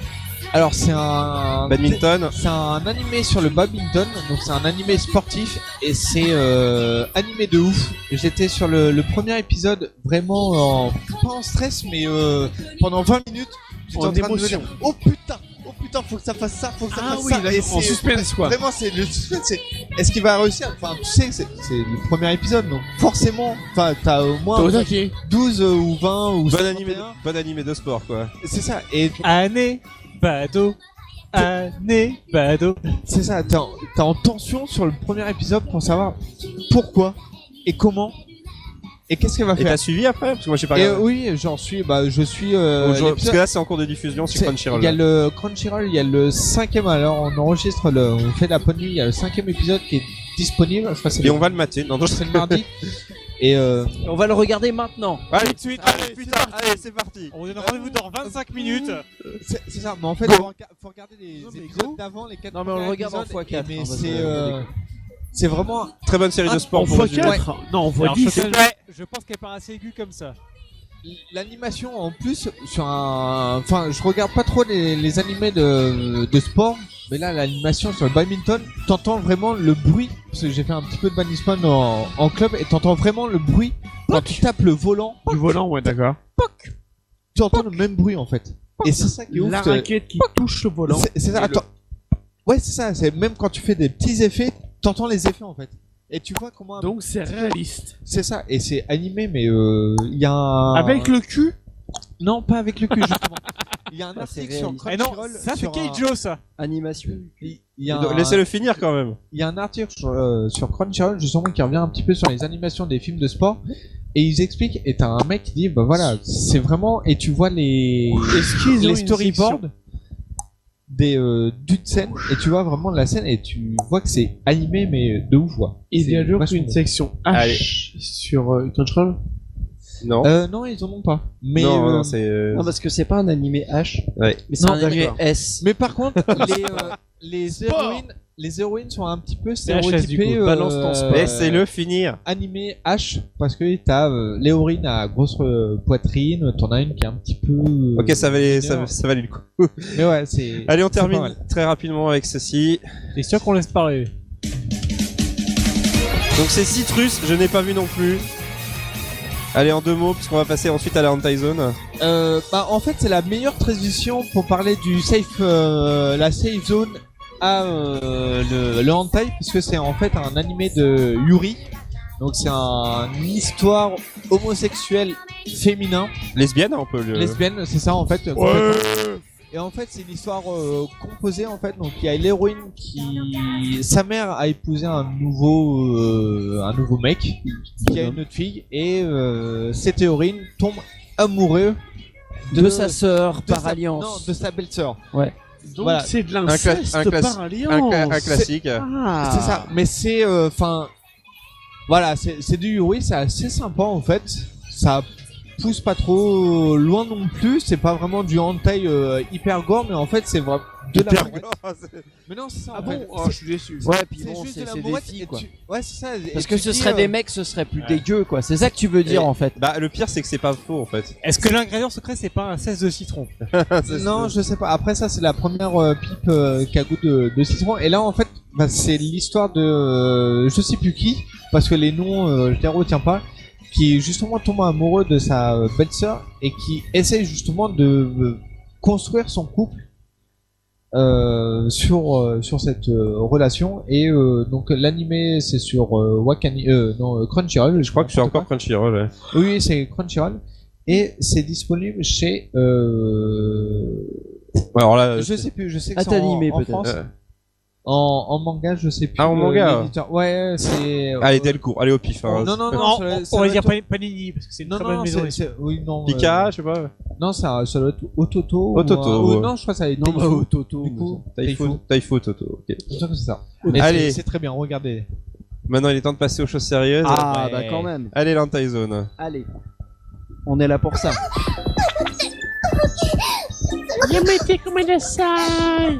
B: Alors c'est un
E: badminton.
B: C'est un animé sur le badminton, donc c'est un animé sportif et c'est euh, animé de ouf. J'étais sur le, le premier épisode vraiment en, pas en stress, mais euh, pendant 20 minutes, j'étais
N: En
B: en, train de me
N: émotion.
B: dire oh putain, oh putain, faut que ça fasse ça, faut que ça
N: Ah
B: fasse
N: oui,
B: ça.
N: d'accord,
B: Et
N: en
B: c'est-
N: suspense, quoi.
B: Vraiment, c'est le <laughs> suspense. c'est, Est-ce qu'il va réussir Enfin, tu sais, c'est c'est le premier épisode, donc forcément, enfin, t'as au moins
E: T'es au taquet.
B: 12 ou 20 ou
E: Bon animé, de, bon animé de sport quoi.
B: c'est ça. Et
C: année bado, année bado.
B: C'est ça. T'es en, t'es en tension sur le premier épisode pour savoir pourquoi et comment et qu'est-ce qu'elle va
E: Et
B: faire.
E: t'as suivi après Parce que moi j'ai pas
B: Et,
E: regardé.
B: euh, oui, j'en suis. Bah, je suis. euh,
E: Bonjour, parce
B: l'épisode-
E: que là c'est en cours de diffusion sur
B: C'est-
E: Crunchyroll.
B: Il y a le Crunchyroll, il y a le cinquième. Alors on enregistre, le, on fait la bonne nuit. Il y a le cinquième épisode qui est disponible. Je crois que c'est
E: Et
B: le-
E: on va le mater. Non, non,
B: c'est le mardi.
E: <laughs>
B: Et euh,
G: On va le regarder maintenant.
E: Allez,
C: de suite.
E: Allez, putain, allez, c'est parti.
C: On vous donne rendez-vous dans 25 minutes.
B: C'est c'est ça, mais en fait, faut, rega- faut regarder les épisodes d'avant, les 4
G: Non, mais on le regarde en x4, hein,
B: Mais
G: parce
B: bah,
G: que
B: c'est.
G: on
B: euh,
G: déconne.
B: C'est vraiment
E: Très bonne série de sport pour
B: Ah, voit
E: résumer.
B: quatre.
E: Ouais.
C: Alors, je, pense-
B: Ouais.
C: je pense qu'elle part assez aiguë comme ça.
B: L'animation en plus sur un, enfin je regarde pas trop les, les animés de, de sport, mais là l'animation sur le badminton, t'entends vraiment le bruit parce que j'ai fait un petit peu de badminton en, en club et t'entends vraiment le bruit quand tu tapes le volant.
J: Du volant, ouais, d'accord.
B: Tu entends le même bruit en fait. Et c'est ça qui est ouf.
J: La
B: t'es-
J: raquette qui touche le volant.
B: C'est- C'est ça.
J: Et le-
B: attends. Ouais, c'est ça. C'est même quand tu fais des petits effets, t'entends les effets en fait. Et tu vois comment.
J: Donc c'est réaliste.
B: C'est ça. Et c'est animé, mais euh, il y a un.
E: Ah.
J: Avec le cul
B: Non, pas avec le cul justement. <laughs> Il y a un
G: Ah, c'est
B: article sur
G: réaliste. Eh non,
B: Crunchyroll.
G: ça, c'est
B: sur un-
G: Keijo, ça. Animation.
B: il y a un-
E: Laissez-le finir quand même.
B: Il y a un article sur, euh, sur Crunchyroll justement qui revient un petit peu sur les animations des films de sport et ils expliquent et t'as un mec qui dit bah voilà c'est vraiment et tu vois les
J: Est-ce qu'ils ont
B: les
J: une
B: storyboards
J: section
B: des euh, d'une scène et tu vois vraiment la scène et tu vois que c'est animé mais de ouf quoi.
N: Il y a
B: C'est
N: donc
B: vachement
N: une
B: bon.
N: section H
B: Allez.
N: sur euh, Control.
E: Non.
B: Euh, non ils en ont pas. Mais
E: non,
B: euh,
E: non, c'est. euh,
G: Non, parce que c'est pas un animé H,
E: Ouais.
G: mais c'est
B: Non,
G: un animé
B: d'accord.
G: S.
B: Mais par
G: <laughs>
B: contre, les, euh, les héroïnes, les héroïnes sont un petit peu
G: HS, du coup.
B: stéréotypées. euh,
G: Balance ton sport.
E: Laissez-le finir.
B: Animé H, parce que t'as euh, l'héroïne à grosse euh, poitrine, t'en as une qui est un petit peu. euh,
E: Ok, ça valait, ça,
B: mineure.
E: ça valait le coup.
B: Mais ouais, c'est.
E: Allez, on
B: c'est pas
E: termine
B: mal.
E: très rapidement avec ceci.
C: C'est sûr qu'on laisse parler.
E: Donc c'est Citrus, je n'ai pas vu non plus. Allez, en deux mots, puisqu'on va passer ensuite à la Hentai Zone.
B: Euh, bah, en fait, c'est la meilleure transition pour parler du safe, euh, la safe zone à euh, le, le hentai, puisque c'est en fait un animé de Yuri. Donc c'est un- une histoire homosexuelle féminin.
E: Lesbienne, hein, on peut le...
B: lesbienne, c'est ça en fait. complètement. Et en fait, c'est une histoire euh, composée en fait. Donc il y a l'héroïne qui, sa mère a épousé un nouveau, euh, un nouveau mec qui a une autre fille et euh, cette héroïne tombe amoureux
G: De, sa sœur
B: de
G: par
B: sa-
G: alliance.
B: non, de sa belle-sœur.
G: Ouais.
N: Donc
B: Voilà.
N: c'est de
E: Un, cla-
N: l'inceste
E: un, clas-
N: par
E: un
N: alliance.
E: cla- un classique.
N: Ah.
B: C'est ça. Mais c'est, euh, enfin, voilà, c'est c'est du Yuri, c'est assez sympa en fait. Ça pousse pas trop loin non plus. C'est pas vraiment du hentai euh, hyper gore, mais en fait c'est vraiment de la
E: Hyper
B: mourette. Mais non, c'est ça.
N: Ah
B: en
N: bon
B: fait.
N: Oh,
B: C'est-
N: je suis déçu.
G: Ouais, puis
B: c'est
G: bon,
B: juste
G: c'est
B: de la
G: c'est des
B: mourette et
G: filles, quoi.
B: tu- Ouais, c'est ça. et
G: Parce
B: tu
G: que ce
B: dis,
G: serait
B: euh,
G: des mecs, ce serait plus dégueu, quoi. C'est ça que tu veux dire,
E: Et-
G: en fait.
E: <laughs> Bah, le pire, c'est que c'est pas faux, en fait.
C: Est-ce que l'ingrédient secret, c'est pas un 16 de citron
E: C'est-
B: Non, je sais pas. Après ça, c'est la première euh, pipe euh, qu'a goût de, de citron. Et là, en fait, bah, c'est l'histoire de euh, je sais plus qui, parce que les noms, euh, je les retiens pas, qui justement tombe amoureux de sa euh, belle-sœur et qui essaye justement de euh, construire son couple euh, sur euh, sur cette euh, relation. Et euh, donc l'animé, c'est sur euh, Wakani, euh, non euh, Crunchyroll.
E: Je crois que je suis encore Crunchyroll. ouais.
B: Oui, c'est Crunchyroll. Et c'est disponible chez euh,
E: Alors là,
B: je sais plus, je sais que c'est
G: Atta
B: en,
G: animé,
B: en
G: peut-être.
B: France.
E: euh,
B: En, en manga, je sais plus.
E: Ah, en
B: euh,
E: manga.
B: l'éditeur. Ouais, ouais, c'est.
E: Allez,
B: euh,
E: Delcourt, allez au pif. hein.
B: Non, non, non,
C: Non,
B: ça-
C: on-
B: ça
C: on
B: doit
C: va dire
B: être-
C: Pan- Panini, parce que c'est une
B: Non,
C: très bonne
B: non,
C: maison.
B: c'est. c'est- Oui, non. euh,
E: Pika, je sais pas.
B: Non, ça, ça doit être Ototo. ou
E: Ototo,
B: un- ou-
E: ouais.
B: Non, je crois que ça a été.
G: Non, bah, au Toto.
B: Du coup,
E: Taifu,
B: Taifu.
E: Taifu, Toto. ok.
B: Je crois que C'est ça.
E: Ototo.
B: Et c'est-
E: Allez.
B: C'est très bien, regardez.
E: Maintenant, il est temps de passer aux choses sérieuses.
G: Ah,
B: Ouais.
G: bah quand même.
E: Allez, l'Hentai Zone.
G: Allez. On est là pour ça.
N: Yamete Komedasai.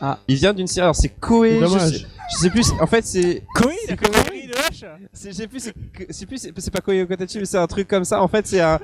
G: Ah.
E: Il vient d'une série. Alors, c'est Koei.
N: C'est
E: Je
N: dommage.
E: sais, je sais plus. c'est- En fait, c'est.
C: Koei, la
E: Koei
C: connerie de H
E: c'est- Je sais plus. c'est- Je sais plus. C'est c'est pas Koei Okotachi, mais c'est un truc comme ça. En fait, c'est un.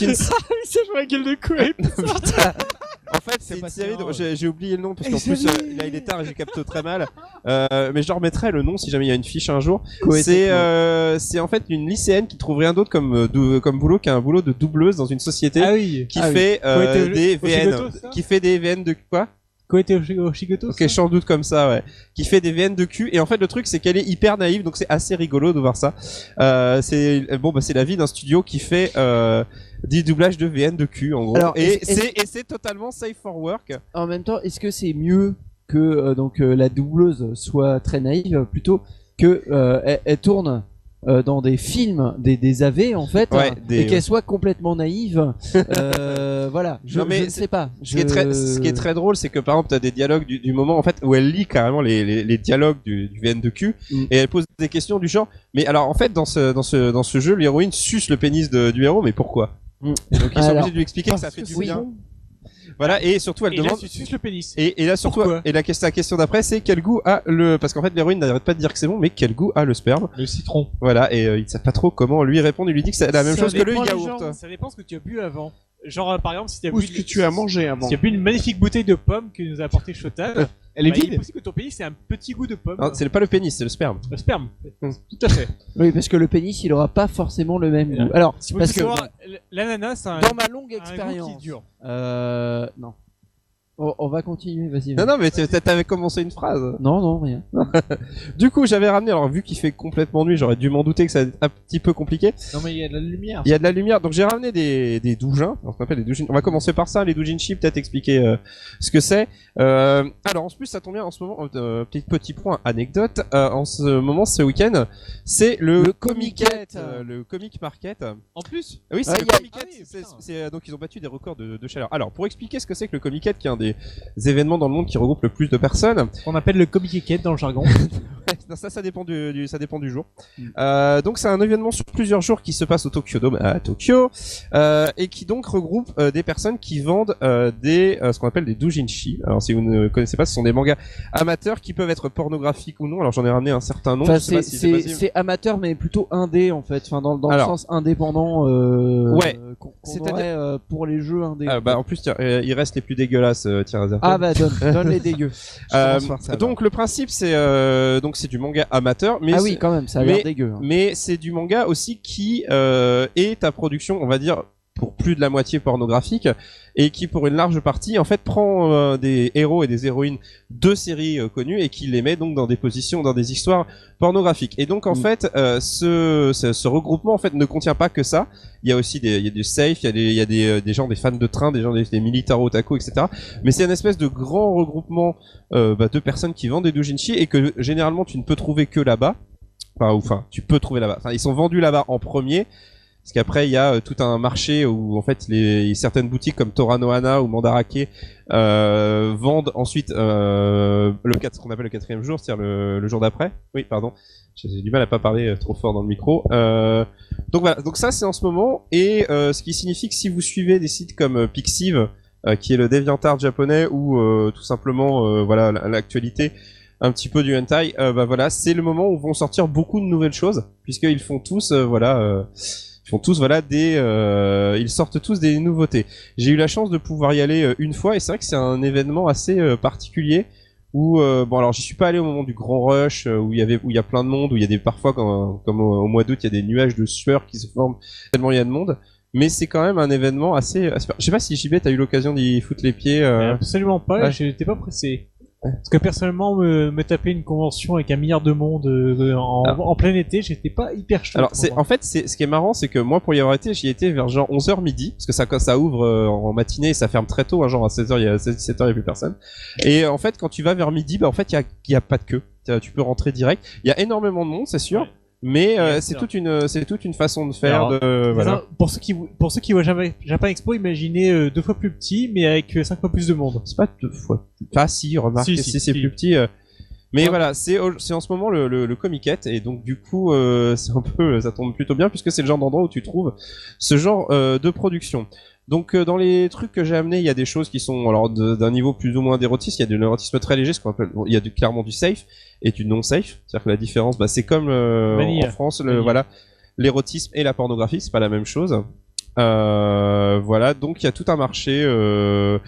C: <laughs>
E: une.
C: Ah C'est la gueule de Koei
E: <laughs> En fait, c'est une
B: pas
E: série.
B: ça,
E: dont-
B: ouais.
E: J'ai j'ai oublié le nom parce qu'en plus, euh, là, il est tard et je capte très mal. Euh, mais je leur remettrai le nom si jamais il y a une fiche un jour.
G: Koei
E: C'est
G: Tecmo.
E: euh, c'est en fait une lycéenne qui trouve rien d'autre comme euh, dou- comme boulot qu'un boulot de doubleuse dans une société
C: Ah oui
E: qui
G: Ah oui.
E: fait euh,
C: Koei Tecmo-
E: des VN.
C: Oshigoto, ça
E: Qui fait des VN de quoi
C: Koei était au Shigoto
E: Ok, sans doute comme ça, ouais. Qui fait des VN de cul. Et en fait, le truc, c'est qu'elle est hyper naïve, donc c'est assez rigolo de voir ça. Euh, c'est bon, bah, c'est la vie d'un studio qui fait euh, des doublages de VN de cul, en gros.
G: Alors,
E: et
G: est-ce-
E: c'est et c'est totalement safe for work.
G: En même temps, est-ce que c'est mieux que euh, donc euh, la doubleuse soit très naïve euh, plutôt que euh, elle, elle tourne euh, dans des films, des, des AV en fait,
E: Ouais,
G: hein,
E: des-
G: et qu'elle soit complètement naïve. euh,
E: <laughs>
G: voilà, je,
E: Non, mais
G: je ne
E: c'est-
G: sais pas.
E: Ce qui, est très, ce qui est très drôle, c'est que par exemple, tu as des dialogues du, du moment en fait où elle lit carrément les, les, les dialogues du, du VN2Q
G: Mm.
E: et elle pose des questions du genre. Mais alors, en fait, dans ce, dans ce, dans ce jeu, l'héroïne suce le pénis de- du héros, mais pourquoi Et Donc,
G: Mm.
E: ils sont
G: Alors,
E: obligés de lui expliquer que ça
G: parce
E: fait
G: que
E: du
G: c'est
E: bien.
G: bon.
E: Voilà, et surtout, elle
C: Et là,
E: demande.
C: tu suces le pénis.
E: Et, et là, surtout, et la question, la question d'après, c'est quel goût a le. Parce qu'en fait, l'héroïne n'arrête pas de dire que c'est bon, mais quel goût a le sperme
B: Le citron.
E: Voilà, et euh, ils ne savent pas trop comment lui répondre. Il lui dit que c'est la même
C: Ça
E: chose que le
C: dépend des
E: yaourt.
C: gens, Ça dépend ce que tu as bu avant. Genre, euh, par exemple, si tu as
J: Ou
C: bu.
J: ce que tu as mangé avant.
C: si tu as bu une magnifique bouteille de pommes que nous a apporté
E: Euh,
C: Shotan.
J: Elle est
C: bah, il
J: vide.
C: possible que ton pénis c'est un petit goût de pomme.
E: Non, Ah, c'est Mm, pas le pénis, c'est le sperme.
C: Le sperme. Tout à fait.
G: Oui, parce que le pénis, il aura pas forcément le même goût. Alors,
C: Si vous
G: parce
C: voulez
G: que
C: savoir, l- l'ananas, c'est un.
G: Dans ma longue
C: un goût qui
G: expérience.
C: dure.
G: Euh, non. On, on va continuer, vas-y.
E: Non,
G: vas-y.
E: non, mais tu- t'avais commencé une phrase.
G: Non, non, rien.
E: du coup, j'avais ramené, alors vu qu'il fait complètement nuit, j'aurais dû m'en douter que ça allait être un petit peu compliqué.
B: Non, mais il y a de la lumière.
E: Il y a de la lumière, donc j'ai ramené des, des doujins. On, appelle des doujins. on va commencer par ça, les doujinshi, peut-être expliquer euh, ce que c'est. Euh, alors en plus, ça tombe bien en ce moment, euh, petit, petit point anecdote, euh, en ce moment, ce week-end, c'est le, Comiquette, euh, le Comic Market. Ah
B: En plus
E: Oui, c'est
B: Ouais,
E: le
B: il y a-
E: Comiquette, c'est- c'est- euh, donc ils ont battu des records de, de chaleur. Alors pour expliquer ce que c'est que le Comiquette, qui est un des événements dans le monde qui regroupe le plus de personnes,
C: On appelle le comiquet dans le jargon.
E: Non, ça, ça dépend du, du- ça dépend du jour. Euh, donc, c'est un événement sur plusieurs jours qui se passe au Tokyo Dome à Tokyo euh, et qui donc regroupe euh, des personnes qui vendent euh, des euh, ce qu'on appelle des doujinshi. Alors, si vous ne connaissez pas, ce sont des mangas amateurs qui peuvent être pornographiques ou non. Alors, j'en ai ramené un certain nombre.
G: Enfin,
E: Je sais
G: c'est
E: pas si c'est
G: c'est-
E: possible.
G: c'est amateur, mais plutôt indé en fait. Enfin, dans, dans
E: Alors.
G: le sens indépendant. Euh,
E: Ouais.
G: euh, qu'on- qu'on
E: C'est-à-dire-
G: aurait, euh, pour les jeux indés.
E: Ah, bah, en plus, tiens, euh, il reste les plus dégueulasses. euh, tiens, réserve.
G: Ah, bah, donne- donne les dégueux. Je
E: Euh,
G: commence par ça, alors.
E: donc le principe c'est euh, donc c'est du manga amateur, <laughs> mais
G: Ah oui,
E: c'est-
G: quand même, ça a l'air
E: mais-
G: dégueu, hein.
E: Mais c'est du manga aussi qui euh, est à production, on va dire pour plus de la moitié pornographique et qui pour une large partie en fait prend euh, des héros et des héroïnes de séries euh, connues et qui les met donc dans des positions dans des histoires pornographiques et donc en fait euh, ce, ce, ce regroupement en fait ne contient pas que ça il y a aussi des il y a du safe il y a des il y a des, euh, des gens des fans de train des gens des, des militaires otaku etc mais c'est une espèce de grand regroupement euh, bah, de personnes qui vendent des doujinshi et que généralement tu ne peux trouver que là-bas enfin ou enfin hein. tu peux trouver là-bas enfin ils sont vendus là-bas en premier parce qu'après, il y a euh, tout un marché où en fait les, certaines boutiques comme Toranohana ou Mandarake euh, vendent ensuite euh, le quatre- ce qu'on appelle le quatrième jour, c'est-à-dire le, le jour d'après. Oui, pardon, j'ai j'ai du mal à pas parler euh, trop fort dans le micro. Euh, donc voilà, donc ça c'est en ce moment et euh, ce qui signifie que si vous suivez des sites comme euh, Pixiv, euh, qui est le DeviantArt japonais ou euh, tout simplement euh, voilà la- l'actualité un petit peu du hentai, euh, bah voilà, c'est le moment où vont sortir beaucoup de nouvelles choses puisqu'ils font tous euh, voilà euh, ils font tous voilà des euh, ils sortent tous des nouveautés. J'ai eu la chance de pouvoir y aller euh, une fois et c'est vrai que c'est un événement assez euh, particulier où euh, bon alors j'y suis pas allé au moment du grand rush euh, où il y avait où il y a plein de monde où il y a des parfois quand- comme au, au mois d'août il y a des nuages de sueur qui se forment tellement il y a de monde mais c'est quand même un événement assez, assez- je sais pas si JB t'as eu l'occasion d'y foutre les pieds euh.
C: Absolument pas,
E: Ouais.
C: j'étais pas pressé. Parce que personnellement, me, me taper une convention avec un milliard de monde euh, en, en plein été, j'étais pas hyper chaud.
E: Ah. Alors,
C: pour
E: c'est,
C: moi.
E: en fait, c'est, ce qui est marrant, c'est que moi, pour y avoir été, j'y étais vers genre 11h midi, parce que ça, quand ça ouvre euh, en matinée et ça ferme très tôt, hein, genre à 16h, il y a, 17h, il n'y a plus personne. Et euh, en fait, quand tu vas vers midi, bah, en fait, il n'y a, il y a pas de queue. T'as- Tu peux rentrer direct. Il y a énormément de monde, c'est sûr. Mais euh, c'est, toute une, c'est toute une façon de faire.
C: Alors,
E: de, euh, voilà.
C: Non, Pour ceux qui pour ceux qui voient jamais Japan Expo, imaginez euh, deux fois plus petit, mais avec euh, cinq fois plus de monde.
E: C'est pas deux fois. Ah si, remarque, si, c'est plus petit. euh, Mais voilà, c'est au- c'est en ce moment le, le, le Comiquette, et donc du coup, euh, <laughs> c'est un peu, ça tombe plutôt bien puisque c'est le genre d'endroit où tu trouves ce genre euh, de production. Donc euh, dans les trucs que j'ai amenés, il y a des choses qui sont alors de- d'un niveau plus ou moins d'érotisme. Il y a de l'érotisme très léger, ce qu'on appelle. bon, il y a du, clairement du safe et du non safe. C'est-à-dire que la différence, bah, c'est comme euh,
C: Vanille.
E: en France, le,
C: Vanille.
E: voilà, l'érotisme et la pornographie, c'est pas la même chose. Euh, voilà, donc il y a tout un marché euh,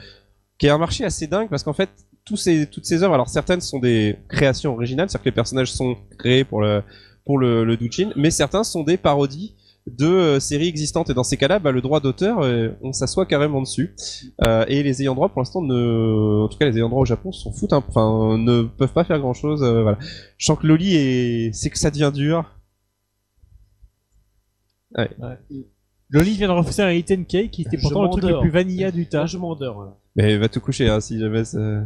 E: qui est un marché assez dingue parce qu'en fait tous ces, toutes ces œuvres, alors certaines sont des créations originales, c'est-à-dire que les personnages sont créés pour le pour le, le doujin, mais certains sont des parodies de euh, séries existantes et dans ces cas-là, bah, le droit d'auteur, euh, on s'assoit carrément dessus Euh, et les ayants droit pour l'instant ne, en tout cas les ayants droit au Japon s'en foutent, hein. enfin ne peuvent pas faire grand-chose. euh, voilà, je sens que Loli est, c'est que ça devient dur. Ouais.
C: Loli vient de refausser un hit and cake qui était
J: Je
C: pourtant le truc le
J: m'endors.
C: plus vanilla du tas.
J: Je m'endors. là.
E: Mais va tout coucher hein, si jamais. ça-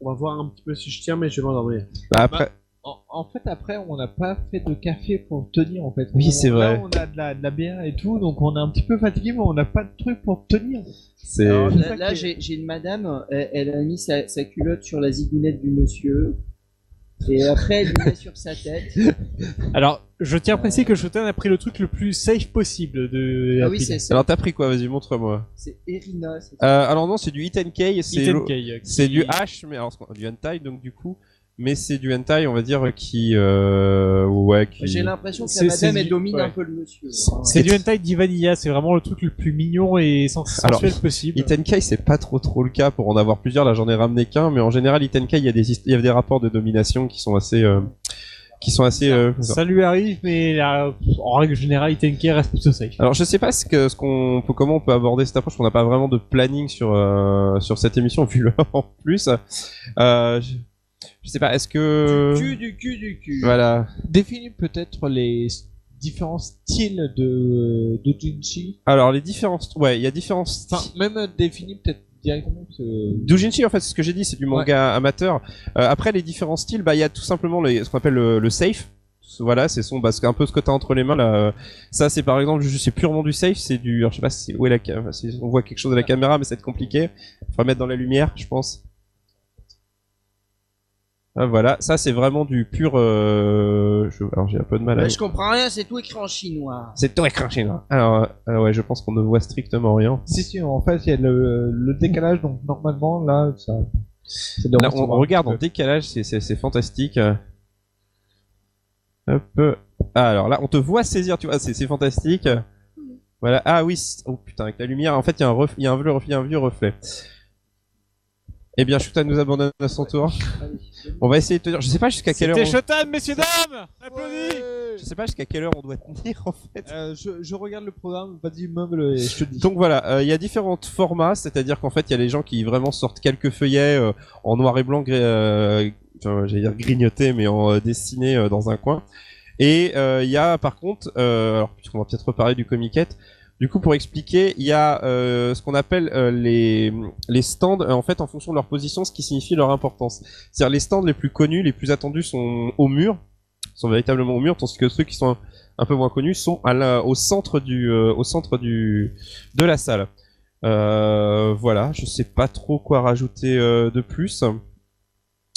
J: On va voir un petit peu si je tiens, mais je vais m'endormir.
E: Bah, après.
J: en,
B: en fait, après, on n'a pas fait de café pour tenir, en fait.
E: Oui, c'est
B: Là,
E: vrai.
B: on a de la, de la bière et tout, donc on est un petit peu fatigué, mais on n'a pas de truc pour tenir.
E: C'est.
G: Alors, là, là, j'ai j'ai une madame, elle, elle a mis sa, sa culotte sur la zigounette du monsieur. Et après, elle lui met sur sa <laughs> tête.
C: Alors, je tiens à préciser que Shotan a pris le truc le plus safe possible de.
G: Ah oui, c'est ça.
E: Alors t'as pris quoi Vas-y, montre-moi.
G: C'est Erina. c'est-
E: Euh, alors non, c'est du Hit and K. C'est
C: Hit and
E: l'o-
C: K, euh,
E: c'est
C: qui-
E: du H, mais alors c'est du hentai donc du coup, mais c'est du hentai, on va dire qui, euh, ouais, qui.
G: J'ai l'impression que
C: C'est-
G: la madame,
C: c'est
G: elle
C: du-
G: domine
C: ouais.
G: un peu le monsieur. hein.
C: C'est du hentai d'Ivania, c'est vraiment le truc le plus mignon et sens-
E: Alors,
C: sensuel possible.
E: Hit and K, c'est pas trop trop le cas pour en avoir plusieurs. Là, j'en ai ramené qu'un, mais en général, Hit and K, il y a des hist- il y a des rapports de domination qui sont assez, euh, qui sont assez. euh,
C: Ça lui arrive, mais là, en règle générale, Hit and K reste plutôt safe.
E: Alors je sais pas ce que ce qu'on peut comment on peut aborder cette approche. On n'a pas vraiment de planning sur euh, sur cette émission vu l'heure <laughs> en plus. Euh, je, je sais pas. Est-ce que
G: Du cul, du cul, du cul.
E: Voilà.
B: Définis peut-être les s- différents styles de, de Junji.
E: Alors les différences. Ouais, il y a différents.
B: Enfin, même euh, définis peut-être directement. parce que-
E: Doujinshi, en fait, c'est ce que j'ai dit, c'est du manga amateur. Euh, après, les différents styles, bah, il y a tout simplement le- ce qu'on appelle le, le safe. Voilà, c'est son, bah, c'est un peu ce que t'as entre les mains là. Ça, c'est par exemple, je sais purement du safe, c'est du, alors, je sais pas si, où est la cam- si on voit quelque chose à la caméra, mais ça va être compliqué. Faut mettre dans la lumière, je pense. Ah, voilà, ça c'est vraiment du pur. euh, je- alors j'ai un peu de mal à.
G: Bah, je comprends rien, c'est tout écrit en chinois.
E: C'est tout écraché là. Alors, euh, alors, ouais, je pense qu'on ne voit strictement rien.
B: Si, si, en fait, il y a le, le décalage, donc normalement, là, ça. ça doit
E: Là, on,
B: recevoir un
E: on regarde en
B: petit
E: décalage, c'est- c'est c'est fantastique. Euh, Hop. euh, ah, alors là, on te voit saisir, tu vois, c'est c'est fantastique. Voilà. Ah oui. c'est- Oh putain, avec la lumière, en fait, il y a un ref- il y a un vieux reflet, un vieux reflet. Eh bien, Shutan nous abandonne à son tour. On va essayer de tenir. Je sais pas jusqu'à quelle heure.
C: C'était
E: on-
C: Shotan, messieurs dames Applaudis
E: Je sais pas jusqu'à quelle heure on doit tenir en fait.
B: Euh, je, je regarde le programme, vas-y, meuble et je te dis.
E: <laughs> Donc voilà, euh, il y a différents formats, c'est-à-dire qu'en fait il y a les gens qui vraiment sortent quelques feuillets euh, en noir et blanc, gré- euh, enfin, j'allais dire grignotés, mais en euh, dessinés euh, dans un coin. Et euh, il y a par contre, euh, alors puisqu'on va peut-être reparler du comiquette, du coup pour expliquer, il y a euh, ce qu'on appelle euh, les, les stands, euh, en fait en fonction de leur position, ce qui signifie leur importance. C'est-à-dire les stands les plus connus, les plus attendus sont au mur, sont véritablement au mur, tandis que ceux qui sont un, un peu moins connus sont à la- au centre du, euh, au centre du, de la salle. Euh, voilà, je sais pas trop quoi rajouter euh, de plus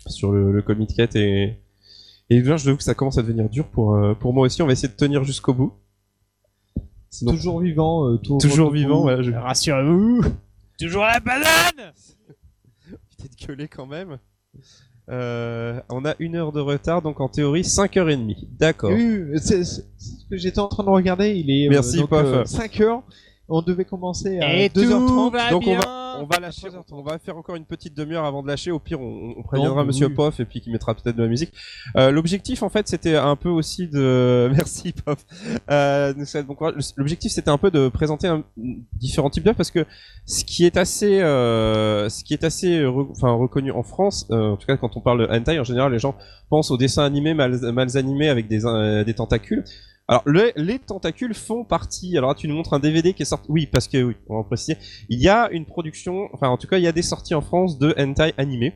E: sur le, le Comic Cat et et bien je dois que ça commence à devenir dur pour euh, pour moi aussi. On va essayer de tenir jusqu'au bout. Sinon,
B: Toujours vivant, euh, tout-
E: toujours
B: tout-
E: vivant. voilà, je-
C: Rassurez-vous Toujours la banane
E: <laughs> peut-être gueuler quand même. Euh, on a une heure de retard, donc en théorie 5h30. D'accord.
B: Oui, oui, c'est c'est- c'est ce que j'étais en train de regarder. Il est
E: Merci, Pof.
B: 5 euh, heures. On devait commencer à
E: Et
B: 2h30.
E: tout va Donc on bien. va- on va lâcher, on va faire encore une petite demi-heure avant de lâcher. Au pire, on, on préviendra
B: Non, mais
E: Monsieur
B: oui.
E: Poff et puis qui mettra peut-être de la musique. Euh, L'objectif, en fait, c'était un peu aussi de. <laughs> Merci Poff. Euh, nous souhaitons bon courage. L'objectif, c'était un peu de présenter un- différents types d'œuvres parce que ce qui est assez, euh, ce qui est assez, re- enfin reconnu en France, euh, en tout cas quand on parle de hentai, en général, les gens pensent aux dessins animés mal, mal animés avec des, euh, des tentacules. Alors le- les tentacules font partie. Alors là, tu nous montres un DVD qui est sorti. Oui, parce que oui, on va en préciser. Il y a une production, enfin en tout cas il y a des sorties en France de hentai animés.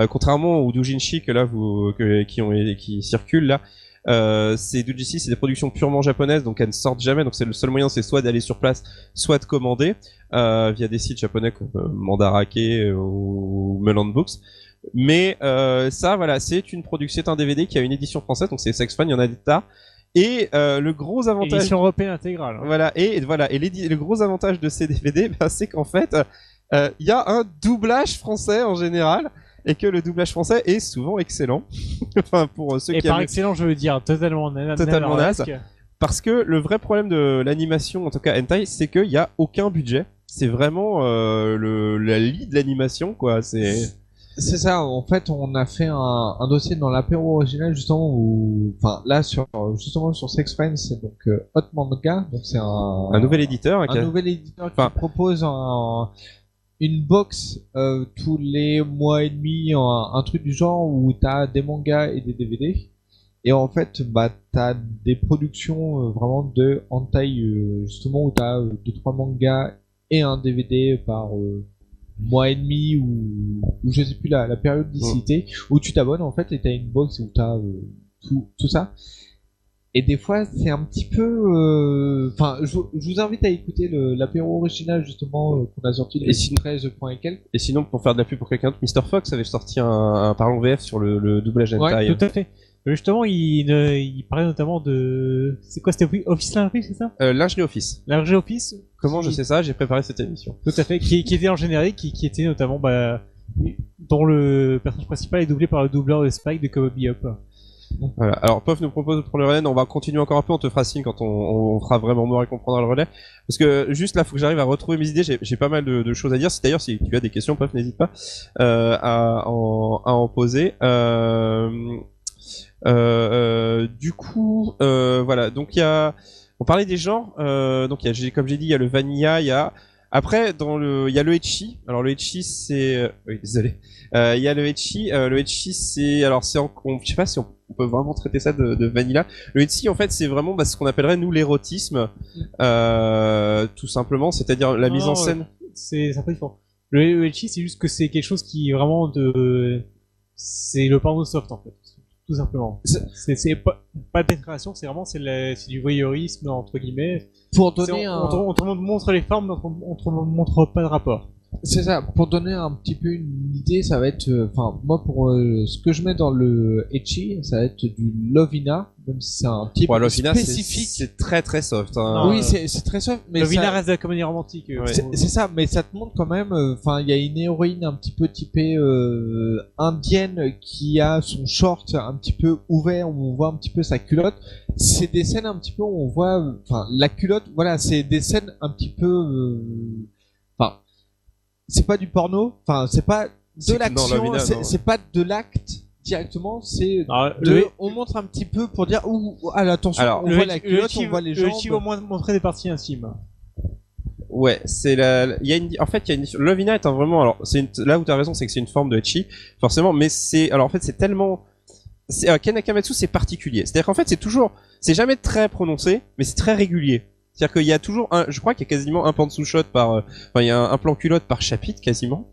E: Euh, contrairement aux doujinshi que là vous, que- qui ont qui circulent là. Euh, c'est doujinshi, c'est des productions purement japonaises, donc elles ne sortent jamais. Donc c'est le seul moyen, c'est soit d'aller sur place, soit de commander euh, via des sites japonais comme euh, Mandarake euh, ou Meland Books. Mais euh, ça, voilà, c'est une production, c'est un DVD qui a une édition française, donc c'est Sex Fan, il y en a des tas. Et euh, le gros avantage.
C: Édition européenne intégrale.
E: Voilà, et et voilà, et l'édi- le gros avantage de ces <laughs> DVD, bah, c'est qu'en fait, euh, il y a un doublage français en général, et que le doublage français est souvent excellent. <laughs> enfin, pour euh, ceux
C: Et
E: qui
C: par
E: aiment-
C: excellent, je veux dire, totalement nana-
E: totalement naze.
C: nanarlesque.
E: Parce que le vrai problème de l'animation, en tout cas hentai, c'est qu'il n'y a aucun budget. C'est vraiment euh, le, la lie de l'animation, quoi. C'est.
B: C'est ça, en fait, on a fait un, un dossier dans l'apéro original, justement, où. Enfin, là, sur, justement, sur Sex Friends, c'est donc euh, Hot Manga, donc c'est un.
E: Un nouvel éditeur, hein, qui
B: Un
E: a-
B: nouvel éditeur
E: Enfin-
B: qui propose un- une box euh, tous les mois et demi, un, un truc du genre où t'as des mangas et des DVD. Et en fait, bah, t'as des productions euh, vraiment de hentai, euh, justement, où t'as 2-3 mangas et un DVD par euh, mois et demi ou, ou je sais plus la, la période d'ici, où tu t'abonnes en fait et t'as une box où t'as euh, tout, tout ça. Et des fois, c'est un petit peu. euh, Enfin, je, vous- je vous invite à écouter le- l'apéro original justement euh, qu'on a sorti le
E: Et sinon-
B: 13 points et quelques.
E: Et sinon, pour faire de la pub pour quelqu'un d'autre, Mr. Fox avait sorti un, un parlons VF sur le, le doublage
C: Ouais,
E: hentai.
C: tout à fait. Euh, Justement, il, euh, il parlait notamment de. C'est quoi C'était Office Lingerie, c'est ça
E: Euh, Lingerie Office.
C: Lingerie Office
E: Comment je sais ça J'ai préparé cette émission.
C: Tout à fait. Qui, qui était en générique, qui, qui était notamment. Bah, dont le personnage principal est doublé par le doubleur de Spike de Cowboy Up.
E: Voilà. Alors, Pof nous propose pour le relais, on va continuer encore un peu, on te fera signe quand on, on- on fera vraiment mort et qu'on prendra le relais. Parce que juste là, faut que j'arrive à retrouver mes idées, j'ai- j'ai pas mal de, de choses à dire. Si D'ailleurs, si tu as des questions, Pof, n'hésite pas euh, à, en, à en poser. Euh, euh, euh, du coup, euh, voilà, donc il y a... On parlait des genres, euh, donc il y a, j'ai- comme j'ai dit, il y a le vanilla, il y a... Après, dans le, il y a le etchi. Alors le etchi, c'est, oui, désolé. Euh, Il y a le etchi. Euh, le etchi, c'est, alors c'est, en- on, je sais pas si on, on peut vraiment traiter ça de, de vanilla. Le etchi, en fait, c'est vraiment bah, ce qu'on appellerait nous l'érotisme, euh, tout simplement. C'est-à-dire la
C: Non,
E: mise en
C: non,
E: scène.
C: euh, C'est c'est un peu différent. Le le Elchi, c'est juste que c'est quelque chose qui est vraiment de. C'est le porno soft en fait, tout simplement. C'est c'est pas, pas de pénétration, c'est vraiment c'est la- c'est du voyeurisme entre guillemets.
B: Pour donner
C: C'est- on,
B: un-
C: on te- on te montre les formes, mais on te- on te montre pas de rapport.
B: C'est ça, pour donner un petit peu une idée, ça va être. euh, Enfin, moi, pour euh, ce que je mets dans le Etchi, ça va être du Lovina, même si c'est un type
E: Ouais, Lovina, c'est-
B: spécifique.
E: C'est très très soft. hein.
B: Non, oui, c'est c'est très soft, mais
C: Euh, le
B: ça-
C: villa reste de la comédie romantique. euh,
B: C'est
C: euh,
B: c'est ça, mais ça te montre quand même. euh, Enfin, il y a une héroïne un petit peu typée euh, indienne qui a son short un petit peu ouvert où on voit un petit peu sa culotte. C'est des scènes un petit peu où on voit, euh, enfin, la culotte. Voilà, c'est des scènes un petit peu. euh, Enfin, c'est pas du porno. Enfin, c'est pas de
E: C'est- non,
B: l'action.
E: Lovina,
B: c'est-
E: non.
B: C'est pas de l'acte directement. C'est
C: Ah,
B: de-
C: le-
B: on montre un petit peu pour dire ouh, ouh, ah, attention, on
C: le
B: voit
C: Elchi-
B: la
C: le
B: culotte,
C: Elchi-
B: on voit les
C: le
B: jambes.
C: Elchi va au moins montrer des parties intimes.
E: Ouais, c'est la. la- Il y a une. En fait, il y a une. Lovina est un hein, vraiment. Alors, c'est une... là où t'as raison, c'est que c'est une forme de chi, forcément. Mais c'est. Alors, en fait, c'est tellement. C'est... euh, Ken Akamatsu, c'est particulier. C'est-à-dire qu'en fait, c'est toujours. C'est jamais très prononcé, mais c'est très régulier. C'est-à-dire qu'il y a toujours un. Je crois qu'il y a quasiment un plan de sous-shot par. euh, Enfin, il y a un, un plan culotte par chapitre, quasiment.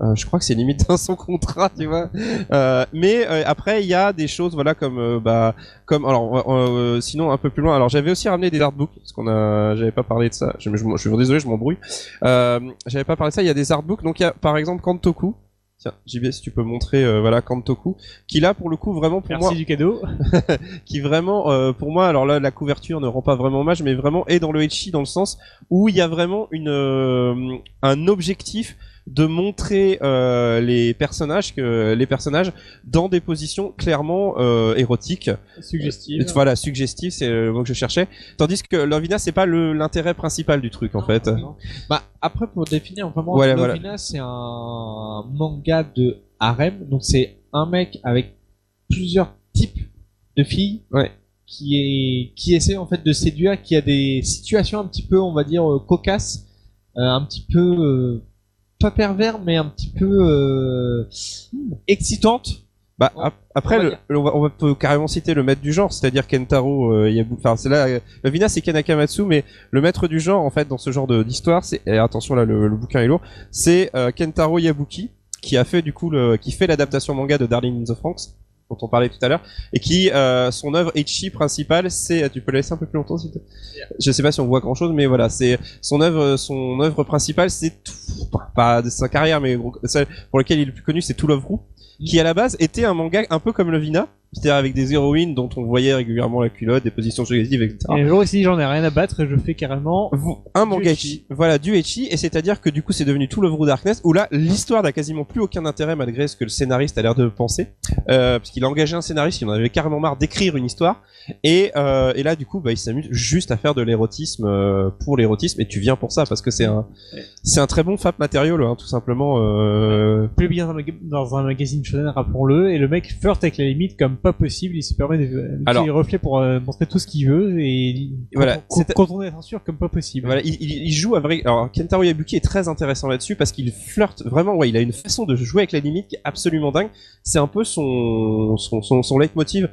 E: Euh, je crois que c'est limite dans son contrat, tu vois. Euh, mais euh, après, il y a des choses, voilà, comme euh, bah, comme alors, euh, euh, sinon un peu plus loin. Alors, j'avais aussi ramené des artbooks parce qu'on a, j'avais pas parlé de ça. Je, je- je suis désolé, je m'embrouille. Euh, j'avais pas parlé de ça. Il y a des artbooks. Donc, il y a par exemple Kantoku. Tiens, JB, si tu peux montrer, euh, voilà, Kantoku, qui là pour le coup vraiment pour
C: Merci
E: moi,
C: du cadeau. <laughs>
E: qui vraiment euh, pour moi alors là la couverture ne rend pas vraiment hommage mais vraiment est dans le etchi dans le sens où il y a vraiment une euh, un objectif de montrer euh, les personnages que les personnages dans des positions clairement euh, érotiques
C: Suggestives.
E: Euh, voilà suggestif c'est le mot que je cherchais tandis que Lovina c'est pas le- l'intérêt principal du truc en fait
B: Bah, après, pour définir vraiment,
E: Ouais,
B: Lovina,
E: voilà.
B: c'est un manga de harem. Donc, c'est un mec avec plusieurs types de filles qui, est, qui essaie en fait de séduire, qui a des situations un petit peu, on va dire, euh, cocasses, euh, un petit peu, euh, pas pervers, mais un petit peu euh, excitantes.
E: Bah, ap- après, le- le- on, va, on va- peut carrément citer le maître du genre, c'est-à-dire Kentaro euh, Yabu- Enfin, c'est là, euh, Lovina, c'est Ken Akamatsu, mais le maître du genre, en fait, dans ce genre de- d'histoire, c'est. et attention là, le, le bouquin est lourd. C'est euh, Kentaro Yabuki qui a fait du coup, le, qui fait l'adaptation manga de Darling in the Franxx dont on parlait tout à l'heure, et qui euh, son œuvre etchi principale, c'est tu peux la laisser un peu plus longtemps, s'il te plaît Je sais pas si on voit grand chose, mais voilà, c'est son œuvre, son œuvre principale, c'est tout, pas de sa carrière, mais gros- celle pour laquelle il est le plus connu, c'est Tool of Roux, qui à la base était un manga un peu comme Levina, c'est-à-dire avec des héroïnes dont on voyait régulièrement la culotte, des positions suggestives, etc.
C: Et le jour ici, j'en ai rien à battre, je fais carrément.
E: Un manga etchi, voilà du etchi, et c'est-à-dire que du coup c'est devenu tout l'œuvre de Darkness, où là l'histoire n'a quasiment plus aucun intérêt malgré ce que le scénariste a l'air de penser, euh, parce qu'il a engagé un scénariste, il en avait carrément marre d'écrire une histoire, et, euh, et là du coup bah, il s'amuse juste à faire de l'érotisme euh, pour l'érotisme, et tu viens pour ça parce que c'est un, c'est un très bon fab matériel, hein, tout simplement. Euh...
C: Publié dans un, maga- dans un magazine shonen, rappelons-le, et le mec flirte avec la limite comme pas possible, il se permet de- de
E: Alors-
C: faire des reflets pour euh, montrer tout ce qu'il veut, et il-
E: Voilà,
C: quand-
E: c'est-
C: quand on est censure comme pas possible.
E: Voilà, il, il- il joue avec. Alors, Kentaro Yabuki est très intéressant là-dessus parce qu'il flirte vraiment. Ouais, il a une façon de jouer avec la limite qui est absolument dingue. C'est un peu son son son, son leitmotiv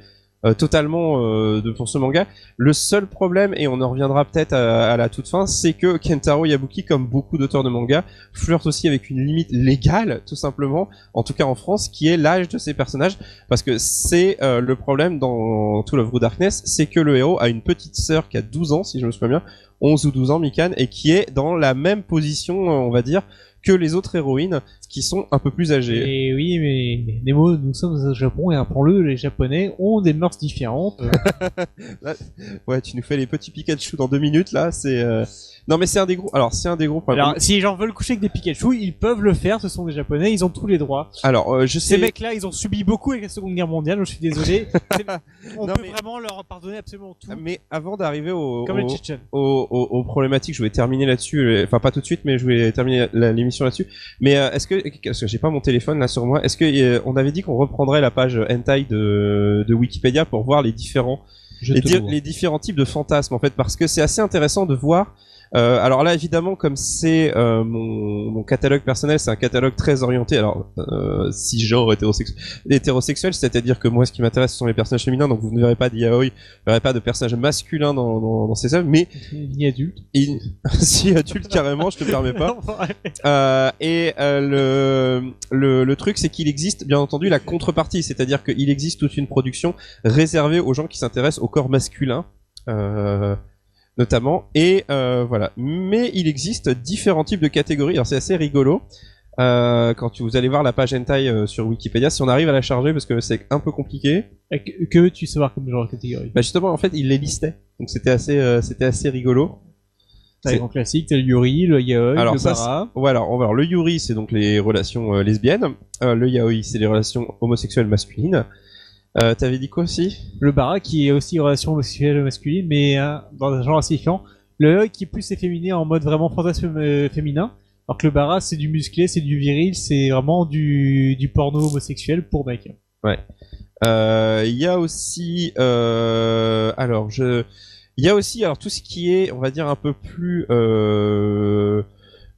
E: euh, totalement euh, de, pour ce manga. Le seul problème, et on en reviendra peut-être à, à la toute fin, c'est que Kentaro Yabuki, comme beaucoup d'auteurs de manga, flirte aussi avec une limite légale, tout simplement, en tout cas en France, qui est l'âge de ses personnages, parce que c'est euh, le problème dans tout Love Good Darkness, c'est que le héros a une petite sœur qui a 12 ans, si je me souviens bien, 11 ou 12 ans, Mikan, et qui est dans la même position, euh, on va dire, que les autres héroïnes qui sont un peu plus âgées.
C: Et oui, mais Nemo, nous sommes au Japon et apprends-le, les Japonais ont des mœurs différentes.
E: Euh, Là, ouais, tu nous fais les petits Pikachu dans deux minutes là. C'est euh, non, mais c'est un des gros. Alors c'est un des gros problèmes.
C: Alors, si les gens veulent coucher avec des Pikachu, ils peuvent le faire, ce sont des Japonais, ils ont tous les droits.
E: Alors, euh, je sais.
C: Ces mecs-là, ils ont subi beaucoup avec la Seconde Guerre mondiale, donc je suis
E: <laughs>
C: désolé. C'est- On peut vraiment leur pardonner absolument tout.
E: Ah, Mais oh, avant d'arriver au,
C: Comme les
E: au-
C: Tchétchènes.
E: au- au- aux problématiques, je vais terminer là-dessus. euh, Enfin, pas tout de suite, mais je vais terminer la- l'émission là-dessus. Mais euh, est-ce que, parce que j'ai pas mon téléphone là sur moi, est-ce que euh, on avait dit qu'on reprendrait la page hentai de, de Wikipédia pour voir les différents,
B: Je
E: les,
B: te
E: di-
B: vois.
E: les différents types de fantasmes en fait, parce que c'est assez intéressant de voir. euh, alors là, évidemment, comme c'est euh, mon, mon catalogue personnel, c'est un catalogue très orienté. Alors, euh, si genre hétérosexuel, hétérosexuel, c'est-à-dire que moi, ce qui m'intéresse, ce sont les personnages féminins. Donc, vous ne verrez pas d'yaoi, vous ne verrez pas de personnages masculins dans, dans, dans ces œuvres, mais
C: ni adulte,
E: <laughs> si euh, adulte carrément, je te
C: <laughs>
E: permets pas. Euh, et euh, le, le, le truc, c'est qu'il existe, bien entendu, la contrepartie, c'est-à-dire qu'il existe toute une production réservée aux gens qui s'intéressent au corps masculin, euh, notamment. Et euh, voilà. Mais il existe différents types de catégories. Alors c'est assez rigolo. Euh, quand tu, vous allez voir la page hentai euh, sur Wikipédia, si on arrive à la charger, parce que c'est un peu compliqué.
C: Euh, Que, que veux-tu savoir comme genre de catégorie
E: Bah justement, en fait, il les listait, donc c'était assez, euh, c'était assez rigolo.
C: T'as les
E: C'est-
C: grands classiques, t'as le Yuri, le Yaoi,
E: alors,
C: le
E: ça,
C: Bara.
E: c'est- ouais, alors, on va voir. le yuri, c'est donc les relations euh, lesbiennes. Euh, le yaoi, c'est les relations homosexuelles masculines. Euh, T'avais dit quoi aussi
C: Le Bara qui est aussi une relation homosexuelle masculine, mais hein, dans un genre assez différent. Le Yaoi qui est plus efféminé en mode vraiment fantasme euh, féminin. Alors que le Bara c'est du musclé, c'est du viril, c'est vraiment du, du porno homosexuel pour mec.
E: Ouais. Euh, Il y a aussi, euh, alors je, il y a aussi alors tout ce qui est, on va dire un peu plus euh,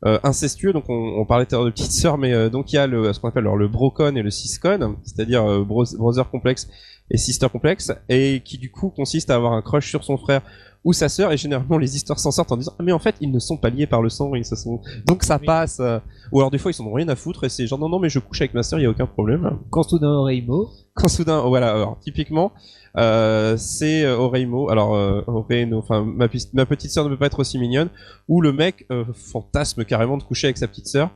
E: euh, incestueux. Donc on, on parlait tout à l'heure de petites sœurs, mais euh, donc il y a le, ce qu'on appelle alors, le brocon et le ciscon, c'est-à-dire euh, bros- brother complexe et sister complexe, et qui du coup consiste à avoir un crush sur son frère ou sa sœur. Et généralement les histoires s'en sortent en disant Ah, mais en fait ils ne sont pas liés par le sang, ils se sont... donc ça passe. euh. Ou alors des fois ils s'en ont rien à foutre et c'est genre non non mais je couche avec ma sœur, il y a aucun problème.
C: Quand soudain Reimo.
E: Quand soudain, oh, voilà, alors typiquement, euh, c'est euh, Oreimo, alors euh, Oreino, enfin ma, pis- ma petite sœur ne peut pas être aussi mignonne, où le mec euh, fantasme carrément de coucher avec sa petite sœur.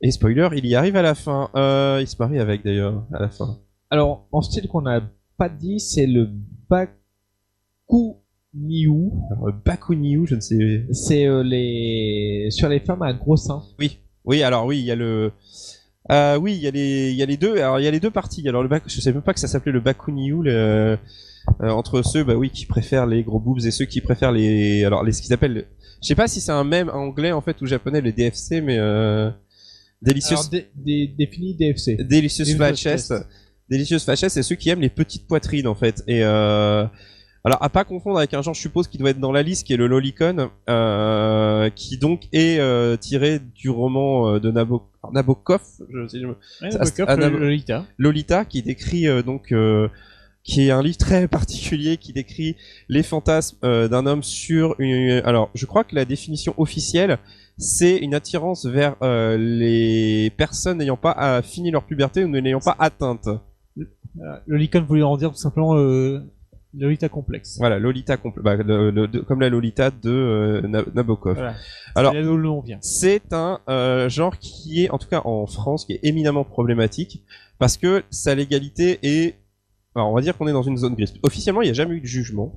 E: Et spoiler, il y arrive à la fin. Euh, il se marie avec d'ailleurs, à la fin.
B: Alors, en style qu'on n'a pas dit, c'est le Bakuniu.
E: Alors, Bakuniu, je ne sais.
B: C'est euh, les sur les femmes à gros seins.
E: Oui, oui, alors oui, il y a le. Euh, oui, il y, a les, il y a les deux. Alors il y a les deux parties. Alors le Bak- je savais même pas que ça s'appelait le Bakuniu. le- euh, entre ceux, bah oui, qui préfèrent les gros boobs et ceux qui préfèrent les, alors les ce qu'ils appellent. Je sais pas si c'est un même anglais en fait ou japonais le DFC, mais euh, délicieux.
B: Alors, dé- dé- défini DFC.
E: Delicious
B: Delicious
E: Flashes.
B: Flashes.
E: Delicious Flashes, c'est ceux qui aiment les petites poitrines en fait. Et euh... alors à pas confondre avec un genre, je suppose, qui doit être dans la liste, qui est le Lolicon, euh... qui donc est euh, tiré du roman euh, de Nabok- Nabokov, je, si je me-
C: Ouais,
E: ça,
C: Nabokov,
E: c'est- ah,
C: le-
E: Nab-
C: Lolita.
E: Lolita, qui décrit euh, donc. euh, qui est un livre très <laughs> particulier qui décrit les fantasmes euh, d'un homme sur une. Alors, je crois que la définition officielle, c'est une attirance vers euh, les personnes n'ayant pas euh, fini leur puberté ou ne l'ayant pas atteinte.
C: Euh, Lolicon voulait en dire tout simplement euh, Lolita complexe.
E: Voilà, Lolita, compl- bah, le- le- de- comme la Lolita de euh, Na- Nabokov.
C: Voilà.
E: Alors,
C: C'est là où l'on vient.
E: c'est un euh, genre qui est, en tout cas en France, qui est éminemment problématique parce que sa légalité est. Alors, on va dire qu'on est dans une zone grise. Officiellement, il n'y a jamais eu de jugement,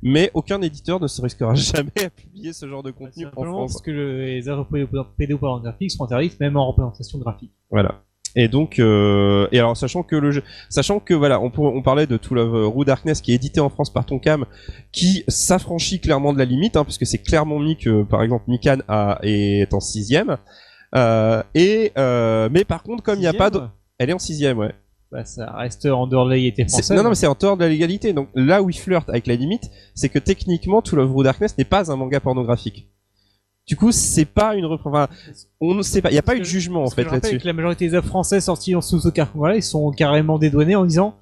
E: mais aucun éditeur ne se risquera <laughs> jamais à publier ce genre de contenu en
C: Bah, Simplement
E: France.
C: parce que le- les œuvres pédo- pédopornographiques sont interdites même en représentation graphique.
E: Voilà. Et donc, euh, et alors sachant que le jeu, sachant que voilà, on, pour- on parlait de To Love Rue Darkness qui est édité en France par Tonkam, qui s'affranchit clairement de la limite, hein, puisque c'est clairement mis que par exemple Mikan a, est en sixième. Euh, et euh, mais par contre, comme il n'y a pas de,
C: Sixième
E: elle est en sixième, ouais.
C: Bah, ça reste en dehors de la légalité
E: C'est-
C: française.
E: Non, non, mais c'est en dehors de la légalité. Donc là où il flirte avec la limite, c'est que techniquement, To Love Rue Darkness n'est pas un manga pornographique. Du coup, c'est pas une repr- enfin, on ne sait pas. Il n'y a pas eu de jugement en
C: Parce que
E: fait
C: je rappelle
E: là-dessus.
C: que la majorité des œuvres françaises sorties en sous ce carcan là, ils sont carrément dédouanés en disant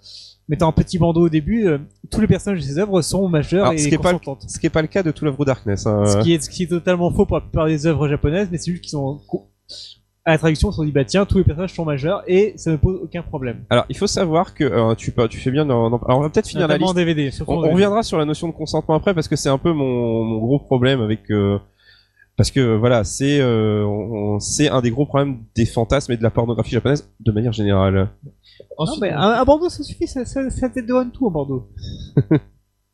C: mettant un petit bandeau au début, euh, tous les personnages de ses œuvres sont majeurs
E: Alors,
C: et
E: ce qui n'est pas, le-
C: consentantes.
E: ce qui est pas le cas de tout l'œuvre Darkness. hein.
C: Ce qui, est, ce qui est totalement faux pour la plupart des œuvres japonaises, mais c'est juste qu'ils ont. À la traduction, ils se sont dit, bah tiens, tous les personnages sont majeurs et ça ne pose aucun problème.
E: Alors, il faut savoir que euh, tu, peux- tu fais bien. d'en- d'en- alors, on va peut-être finir la
C: Notamment
E: liste.
C: en DVD, surtout
E: on,
C: en
E: on
C: DVD.
E: reviendra sur la notion de consentement après parce que c'est un peu mon, mon gros problème avec. euh, parce que voilà, c'est euh, on- on- c'est un des gros problèmes des fantasmes et de la pornographie japonaise de manière générale.
C: non, mais un, un bandeau, ça suffit, ça, ça, ça t'aide de one tout un bandeau.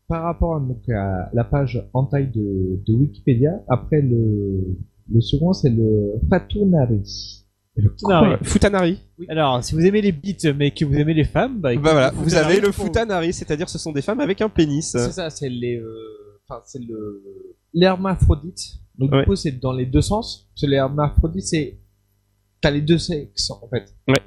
B: Par rapport donc, à la page en taille de, de Wikipédia, après le, le second, c'est le Fatunari. Et le
G: Ah
C: Futanari.
E: Futanari.
C: Alors, si vous aimez les beats mais que vous aimez les femmes, bah, écoute,
E: Bah voilà,
C: le
E: vous
C: futanari,
E: avez le
C: pour-
E: futanari, c'est-à-dire ce sont des femmes avec un pénis.
B: C'est ça, c'est les, euh, enfin, c'est le, l'hermaphrodite. Donc, du coup, c'est dans les deux sens. Parce que l'hermaphrodite, c'est, t'as les deux sexes, en fait.
E: Ouais.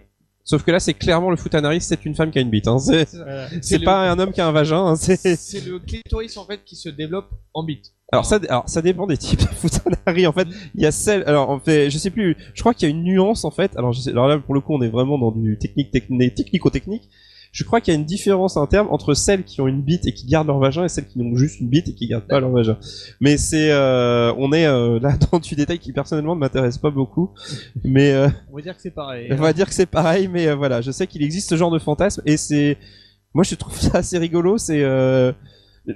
E: Sauf que là, c'est clairement le futanari, c'est une femme qui a une bite. hein. C'est
B: C'est ça.
E: c'est
B: le-
E: pas un homme qui a un vagin. hein,
B: <laughs>
E: c'est-
B: C'est le clitoris, en fait, qui se développe en bite.
E: Alors ça, alors ça dépend des types de <laughs> futanari en fait. Il y a celle, alors en fait, je sais plus, je crois qu'il y a une nuance en fait. Alors, je sais- alors là pour le coup on est vraiment dans du technique techni- technico-technique. Je crois qu'il y a une différence interne entre celles qui ont une bite et qui gardent leur vagin et celles qui n'ont juste une bite et qui gardent pas leur vagin. Mais c'est, euh, on est euh, là <laughs> dans du détail qui personnellement ne m'intéresse pas beaucoup. Mais euh,
C: On va dire que c'est pareil. hein.
E: on va dire que c'est pareil, mais euh, voilà, je sais qu'il existe ce genre de fantasme et c'est, moi je trouve ça assez rigolo. C'est, euh,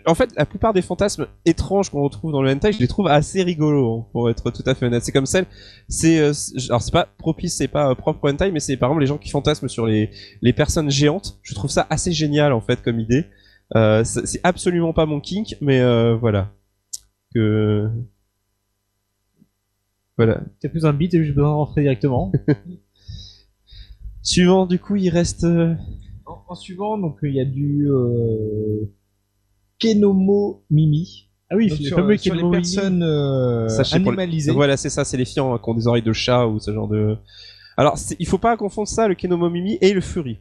E: en fait, la plupart des fantasmes étranges qu'on retrouve dans le hentai, je les trouve assez rigolos, hein, pour être tout à fait honnête. C'est comme celle, c'est, euh, c'est- alors c'est pas propice, c'est pas euh, propre au hentai, mais c'est par exemple les gens qui fantasment sur les les personnes géantes. Je trouve ça assez génial en fait comme idée. Euh, c'est c'est absolument pas mon kink, mais euh, voilà. Que voilà.
C: T'as plus un beat et j'ai besoin de rentrer directement.
E: Suivant, du coup, il reste. euh,
B: En, en suivant, donc, il y a du, euh, Kenomo Mimi.
C: Ah oui,
B: Donc,
C: le
B: sur,
C: fameux
B: euh, sur les
C: Kenomo Mimi.
B: personnes euh,
E: Sachez pour les-
B: animalisées.
E: Voilà, c'est ça, c'est les filles hein, qui ont des oreilles de chat ou ce genre de. Alors, c'est- il faut pas confondre ça, le Kenomomimi et le Fury.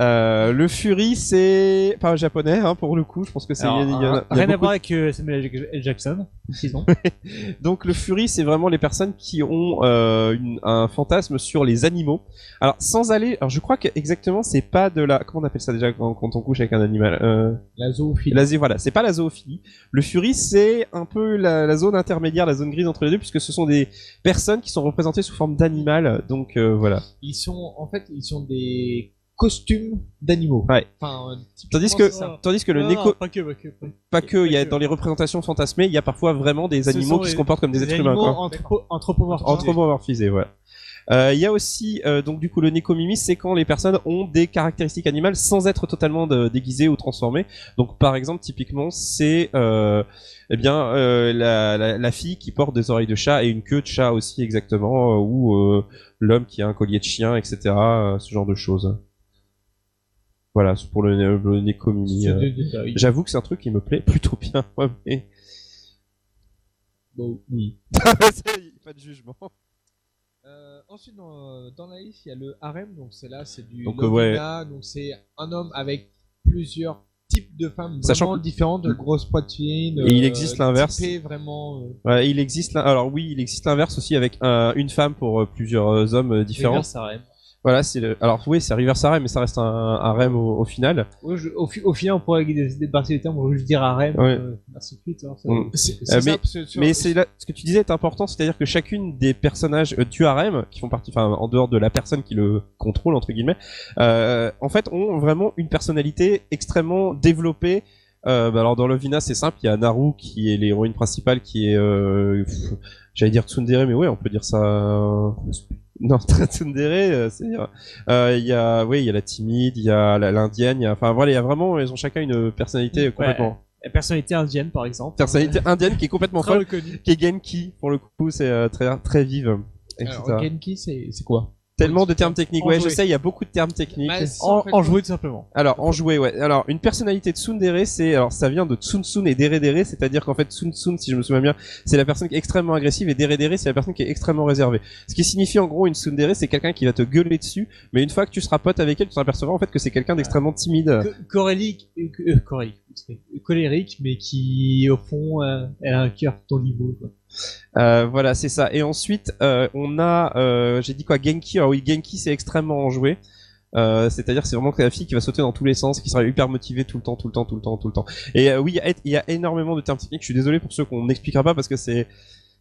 E: Euh, le Fury, c'est pas japonais hein, pour le coup. Je pense que c'est
C: Alors,
E: il y en a- il y en a
C: rien à
E: beaucoup
C: voir avec euh, Samuel L. Jackson, sinon.
E: Donc le Fury, c'est vraiment les personnes qui ont euh, une- un fantasme sur les animaux. Alors sans aller, alors je crois que exactement c'est pas de la, comment on appelle ça déjà quand, quand on couche avec un animal euh...
B: La zoophilie.
E: La, zo- voilà, c'est pas la zoophilie. Le Fury, c'est un peu la, la zone intermédiaire, la zone grise entre les deux, puisque ce sont des personnes qui sont représentées sous forme d'animal. Donc euh, voilà.
B: Ils sont, en fait, ils sont des costumes d'animaux.
E: Ouais.
B: Enfin, euh,
C: Oh,
E: Tandis
B: typiquement,
E: que,
B: c'est ça.
E: tandis que le
C: Non,
E: Neko,
C: non, pas que, pas que, pas que.
E: pas que, il y a dans les représentations fantasmées, il y a parfois vraiment des
C: Ce
E: animaux
C: sont
E: qui se
C: les-
E: comportent comme des
C: les
E: êtres humains.
C: animaux
E: quoi.
C: anthropo- anthropomorphisés.
E: Anthropomorphisé, voilà. Euh, Il y a aussi, euh, donc du coup, le Nekomimi, c'est quand les personnes ont des caractéristiques animales sans être totalement de- déguisées ou transformées. Donc, par exemple, typiquement, c'est euh, eh bien euh, la, la, la fille qui porte des oreilles de chat et une queue de chat aussi, exactement, euh, ou euh, l'homme qui a un collier de chien, etc. euh, ce genre de choses. Voilà, c'est pour le, le Nekomimi.
B: C'est
E: euh.
B: des détails.
E: J'avoue que c'est un truc qui me plaît plutôt bien. <laughs> ouais, mais...
B: Bon, oui.
E: pas de jugement.
B: ensuite, dans, euh, dans la liste, il y a le harem. Donc, c'est là, c'est du
E: Donc, euh,
B: lovina, Donc, c'est un homme avec plusieurs types de femmes
E: Sachant
B: vraiment
E: que-
B: différentes, grosses poitrines. euh,
E: Et il existe l'inverse.
B: typées, vraiment. euh,
E: Ouais, il existe l'in- alors oui, il existe l'inverse aussi avec euh, une femme pour euh, plusieurs euh, hommes euh, différents.
B: reverse harem.
E: Voilà, c'est le... alors oui, c'est reverse harem, mais ça reste un, un harem au, au final.
C: Ouais, je- au, fi- au final, on pourrait se débarrasser des termes, on va juste dire harem,
E: Ouais.
C: euh, ainsi de suite. hein, ça-
E: Mm.
B: C'est-
E: Euh,
B: c'est ça,
E: mais
B: parce que sur-
E: mais c'est là- ce que tu disais est important, c'est-à-dire que chacune des personnages euh, du harem qui font partie, enfin en dehors de la personne qui le contrôle entre guillemets, euh, en fait ont vraiment une personnalité extrêmement développée. Euh, bah, alors dans Lovina c'est simple, il y a Naru qui est l'héroïne principale qui est, euh, pff, j'allais dire tsundere mais ouais on peut dire ça. euh, <laughs> Non, tsundere, euh, c'est dire. Euh, Il y a, oui, il y a la timide, il y a la- l'indienne, il y a, enfin voilà, il y a vraiment, ils ont chacun une personnalité complètement.
C: La personnalité indienne, par exemple.
E: Personnalité
C: Euh,
E: indienne qui est complètement
C: Très
E: folle,
C: reconnue.
E: qui est Genki pour le coup, c'est euh, très très vive. etc.
B: Alors, Genki, c'est c'est quoi
E: Tellement de termes techniques, ouais, je
B: Enjoué.
E: sais, il y a beaucoup de termes techniques.
C: Ah,
B: Bah, c'est En- en fait- enjoué, tout simplement.
E: Alors, enjoué, ouais. Alors, une personnalité tsundere, c'est, alors, ça vient de tsunsun et deredere, c'est-à-dire qu'en fait, tsunsun, si je me souviens bien, c'est la personne qui est extrêmement agressive et deredere, c'est la personne qui est extrêmement réservée. Ce qui signifie, en gros, une tsundere, c'est quelqu'un qui va te gueuler dessus, mais une fois que tu seras pote avec elle, tu t'apercevras en fait que c'est quelqu'un d'extrêmement timide.
C: Corélique, euh, euh, corélique, excusez, colérique, mais qui, au fond, euh, elle a un cœur tolibo. Quoi.
E: Euh, voilà, c'est ça. Et ensuite, euh, on a, euh, j'ai dit quoi, Genki. Alors oui, Genki, c'est extrêmement enjoué. Euh, C'est-à-dire, c'est vraiment que la fille qui va sauter dans tous les sens, qui sera hyper motivée tout le temps, tout le temps, tout le temps, tout le temps. Et euh, oui, il y a- il y, a énormément de termes techniques. Je suis désolé pour ceux qu'on n'expliquera pas parce que c'est,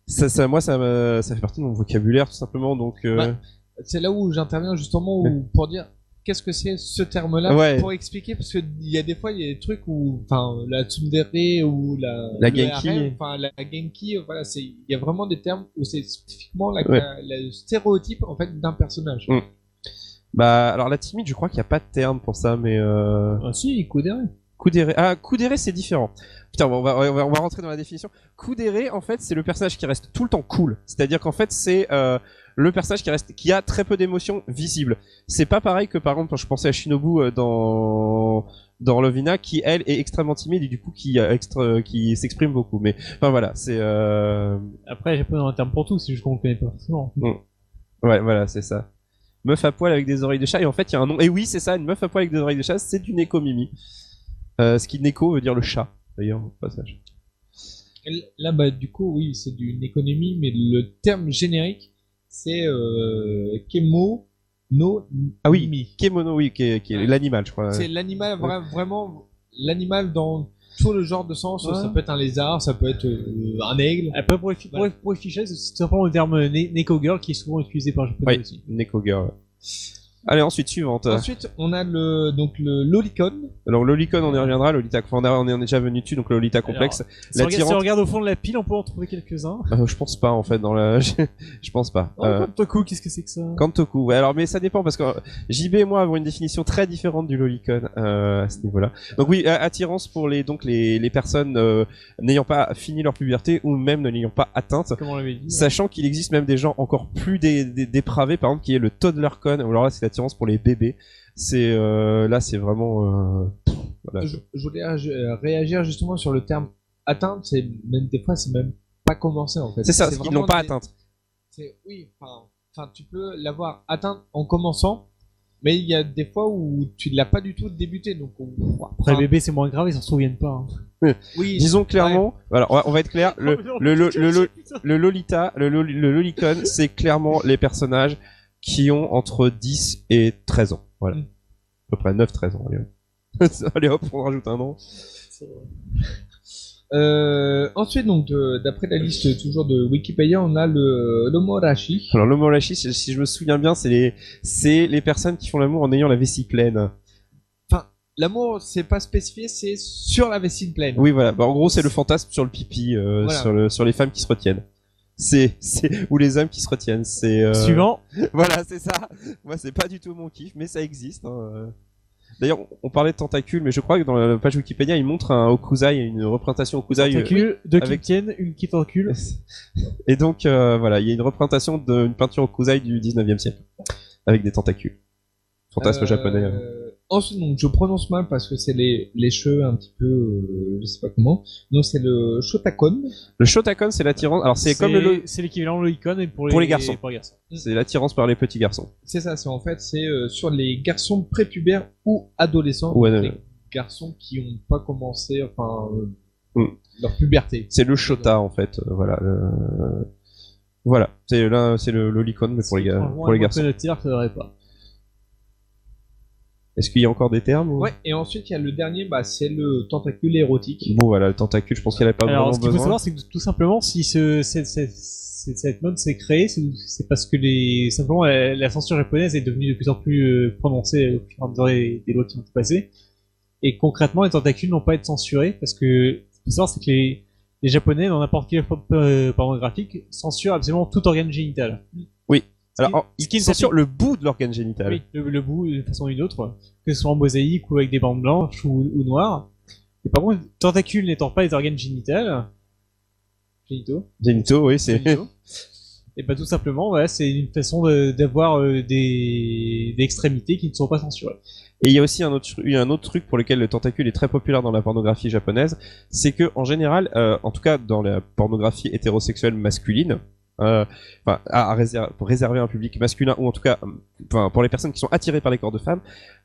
E: ça, ça- moi, ça, me- ça fait partie de mon vocabulaire tout simplement. Donc, euh,
A: Bah, c'est là où j'interviens justement où- pour dire qu'est-ce que c'est ce terme-là
E: Ouais.
A: pour expliquer parce qu'il y a des fois il y a des trucs où enfin la tsundere ou la
E: La
A: le
E: genki.
A: harem, enfin la genki euh, voilà c'est il y a vraiment des termes où c'est spécifiquement la,
E: Ouais.
A: la- le stéréotype en fait d'un personnage.
E: Mm. Bah, alors la timide, je crois qu'il n'y a pas de terme pour ça, mais. Euh...
A: Ah si, coudéré.
E: Coudéré. Ah, coudéré, c'est différent. Putain, on va, on va, on va rentrer dans la définition. Coudéré, en fait, c'est le personnage qui reste tout le temps cool. C'est-à-dire qu'en fait, c'est euh, le personnage qui reste, qui a très peu d'émotions visibles. C'est pas pareil que par exemple quand je pensais à Shinobu euh, dans dans Lovina, qui elle est extrêmement timide et du coup qui euh, extra- qui s'exprime beaucoup. Mais enfin voilà, c'est. Euh...
C: Après, j'ai pas un terme pour tout, c'est juste qu'on le connaît pas forcément.
E: Mm. Ouais, voilà, c'est ça. Meuf à poil avec des oreilles de chat, et en fait, il y a un nom. Et oui, c'est ça, une meuf à poil avec des oreilles de chat, c'est du Neko Mimi. Euh, ce qui Neko veut dire le chat, d'ailleurs, au passage.
A: Là, bah, du coup, oui, c'est d'une économie, mais le terme générique, c'est euh, Kemo no
E: Ah oui, Kemono, oui, qui est, qui est l'animal, je crois.
A: C'est l'animal, vra- vraiment, l'animal dans tout le genre de sens.
C: Ouais.
A: Ça peut être un lézard, ça peut être euh, un aigle.
C: Après, pour les, fi- pour les- pour les fichiers, c'est simplement le terme euh, ne- Neko Girl qui est souvent utilisé par les japonais
E: Oui,
C: aussi.
E: Neko Girl. Allez, ensuite, suivante.
A: Ensuite, on a le, donc le Lolicon.
E: Alors, Lolicon, on y reviendra. Lolita, enfin, on a- on est déjà venu dessus, donc Lolita complexe.
C: Alors, si, on regarde, si on regarde au fond de la pile, on peut en trouver quelques-uns.
E: Euh, je pense pas, en fait, dans la. <laughs> je je pense pas.
C: Oh,
E: Euh,
C: Kantoku, qu'est-ce que c'est que ça
E: Kantoku, ouais, alors mais ça dépend parce que euh, JB et moi avons une définition très différente du lolicon euh, à ce niveau-là. Donc oui, a- attirance pour les donc les, les personnes euh, n'ayant pas fini leur puberté ou même ne l'ayant pas atteinte.
C: Comme on l'avait dit, ouais.
E: Sachant qu'il existe même des gens encore plus dé- dé- dépravés, par exemple qui est le toddler con. Alors là, c'est l'attirance pour les bébés. C'est euh, là, c'est vraiment. euh, pff, voilà.
A: Je, je voulais ré- euh, réagir justement sur le terme atteinte. C'est même des fois, c'est même pas commencé en fait.
E: C'est ça, ils
A: vraiment
E: l'ont pas
A: des-
E: atteinte.
A: c'est- Oui, enfin, enfin, tu peux l'avoir atteinte en commençant, mais il y a des fois où tu ne l'as pas du tout débuté. Donc, on-
C: Après, les bébés, c'est moins grave, ils s'en souviennent pas. hein.
A: Oui,
E: Disons clairement, voilà, on va- on va être clair, le,
C: Oh non,
E: le, le,
A: <laughs>
E: le, le-
C: putain.
E: le Lolita, le, Loli- le Lolicon, c'est clairement les personnages qui ont entre 10 et 13 ans.
A: Mm.
E: Voilà. À peu près 9-13 ans. Allez hop. <laughs> Allez hop, on rajoute un nom.
A: Euh, ensuite, donc, de- d'après la liste toujours de Wikipédia, on a le l'omorashi.
E: Alors l'homorashi, si si je me souviens bien, c'est les, c'est les personnes qui font l'amour en ayant la vessie pleine.
A: Enfin, l'amour, c'est pas spécifié, c'est sur la vessie pleine.
E: Oui, voilà. Bah, en gros, c'est le fantasme sur le pipi, euh,
A: Voilà.
E: sur, le, sur les femmes qui se retiennent. C'est, c'est, ou les hommes qui se retiennent. C'est, euh,
C: Suivant.
E: <laughs> Voilà, c'est ça. Moi, c'est pas du tout mon kiff, mais ça existe. hein, euh. D'ailleurs, on- on parlait de tentacules, mais je crois que dans la page Wikipédia, il montre un okusai, une représentation okusai. euh,
C: Tentacule, deux qui
E: avec-
C: tiennent, une qui t'encule.
E: <laughs> Et donc, euh, voilà, il y a une représentation d'une peinture okusai du 19e siècle, avec des tentacules. Fantasme
A: Euh,
E: japonais. euh.
A: Ensuite, donc, je prononce mal parce que c'est les, les cheveux un petit peu, euh, je sais pas comment. Donc, c'est le shotakon.
E: Le shotakon, c'est l'attirance. Alors, c'est comme le, lo-
C: C'est l'équivalent de l'icône et pour les,
E: pour les garçons.
C: pour les garçons.
E: C'est l'attirance par les petits garçons.
A: C'est ça, c'est en fait, c'est euh, sur les garçons prépubères ou adolescents.
E: Ouais,
A: donc
E: ouais,
A: les garçons qui ont pas commencé, enfin, euh,
E: Mm.
A: leur puberté.
E: C'est le shota en fait, euh, voilà. le- Voilà, c'est là, c'est le l'olicon mais pour les gars,
C: Franchement,
E: pour les
C: moi,
E: garçons.
C: Le tir, ça devrait pas.
E: Est-ce qu'il y a encore des termes ou-
A: Ouais, et ensuite, il y a le dernier, bah, c'est le tentacule érotique.
E: Bon voilà, le tentacule, je pense qu'elle a pas
C: Alors, ce
E: vraiment
C: qu'il faut
E: besoin.
C: savoir, c'est que tout simplement, si ce, cette, cette- cette- cette mode s'est créée, c'est c'est parce que les, simplement la, la censure japonaise est devenue de plus en plus euh, prononcée au fur et à mesure des, des lois qui ont été passées. Et concrètement, les tentacules n'ont pas été censurés parce que ce qu'il faut savoir, c'est que les, les Japonais, dans n'importe quel pop- euh, pornographique, censurent absolument tout organe génital.
E: Oui.
C: Ce qui-
E: Alors,
C: ce qui
E: il
C: ne
E: censure
C: s'applique-
E: le bout de l'organe génital.
C: Bah Oui, le, le bout d'une façon ou d'une autre, que ce soit en mosaïque ou avec des bandes blanches ou, ou noires. Et par contre, tentacules n'étant pas les organes génitales, génitaux,
E: Génito, oui, c'est.
C: et bah tout simplement, voilà, c'est une façon de- d'avoir euh, des, des extrémités qui ne sont pas censurées.
E: Et il y a aussi un autre, tru- un autre truc pour lequel le tentacule est très populaire dans la pornographie japonaise, c'est que en général, euh, en tout cas dans la pornographie hétérosexuelle masculine, euh, enfin, à, à réser- pour réserver un public masculin ou en tout cas euh, enfin, pour les personnes qui sont attirées par les corps de femmes,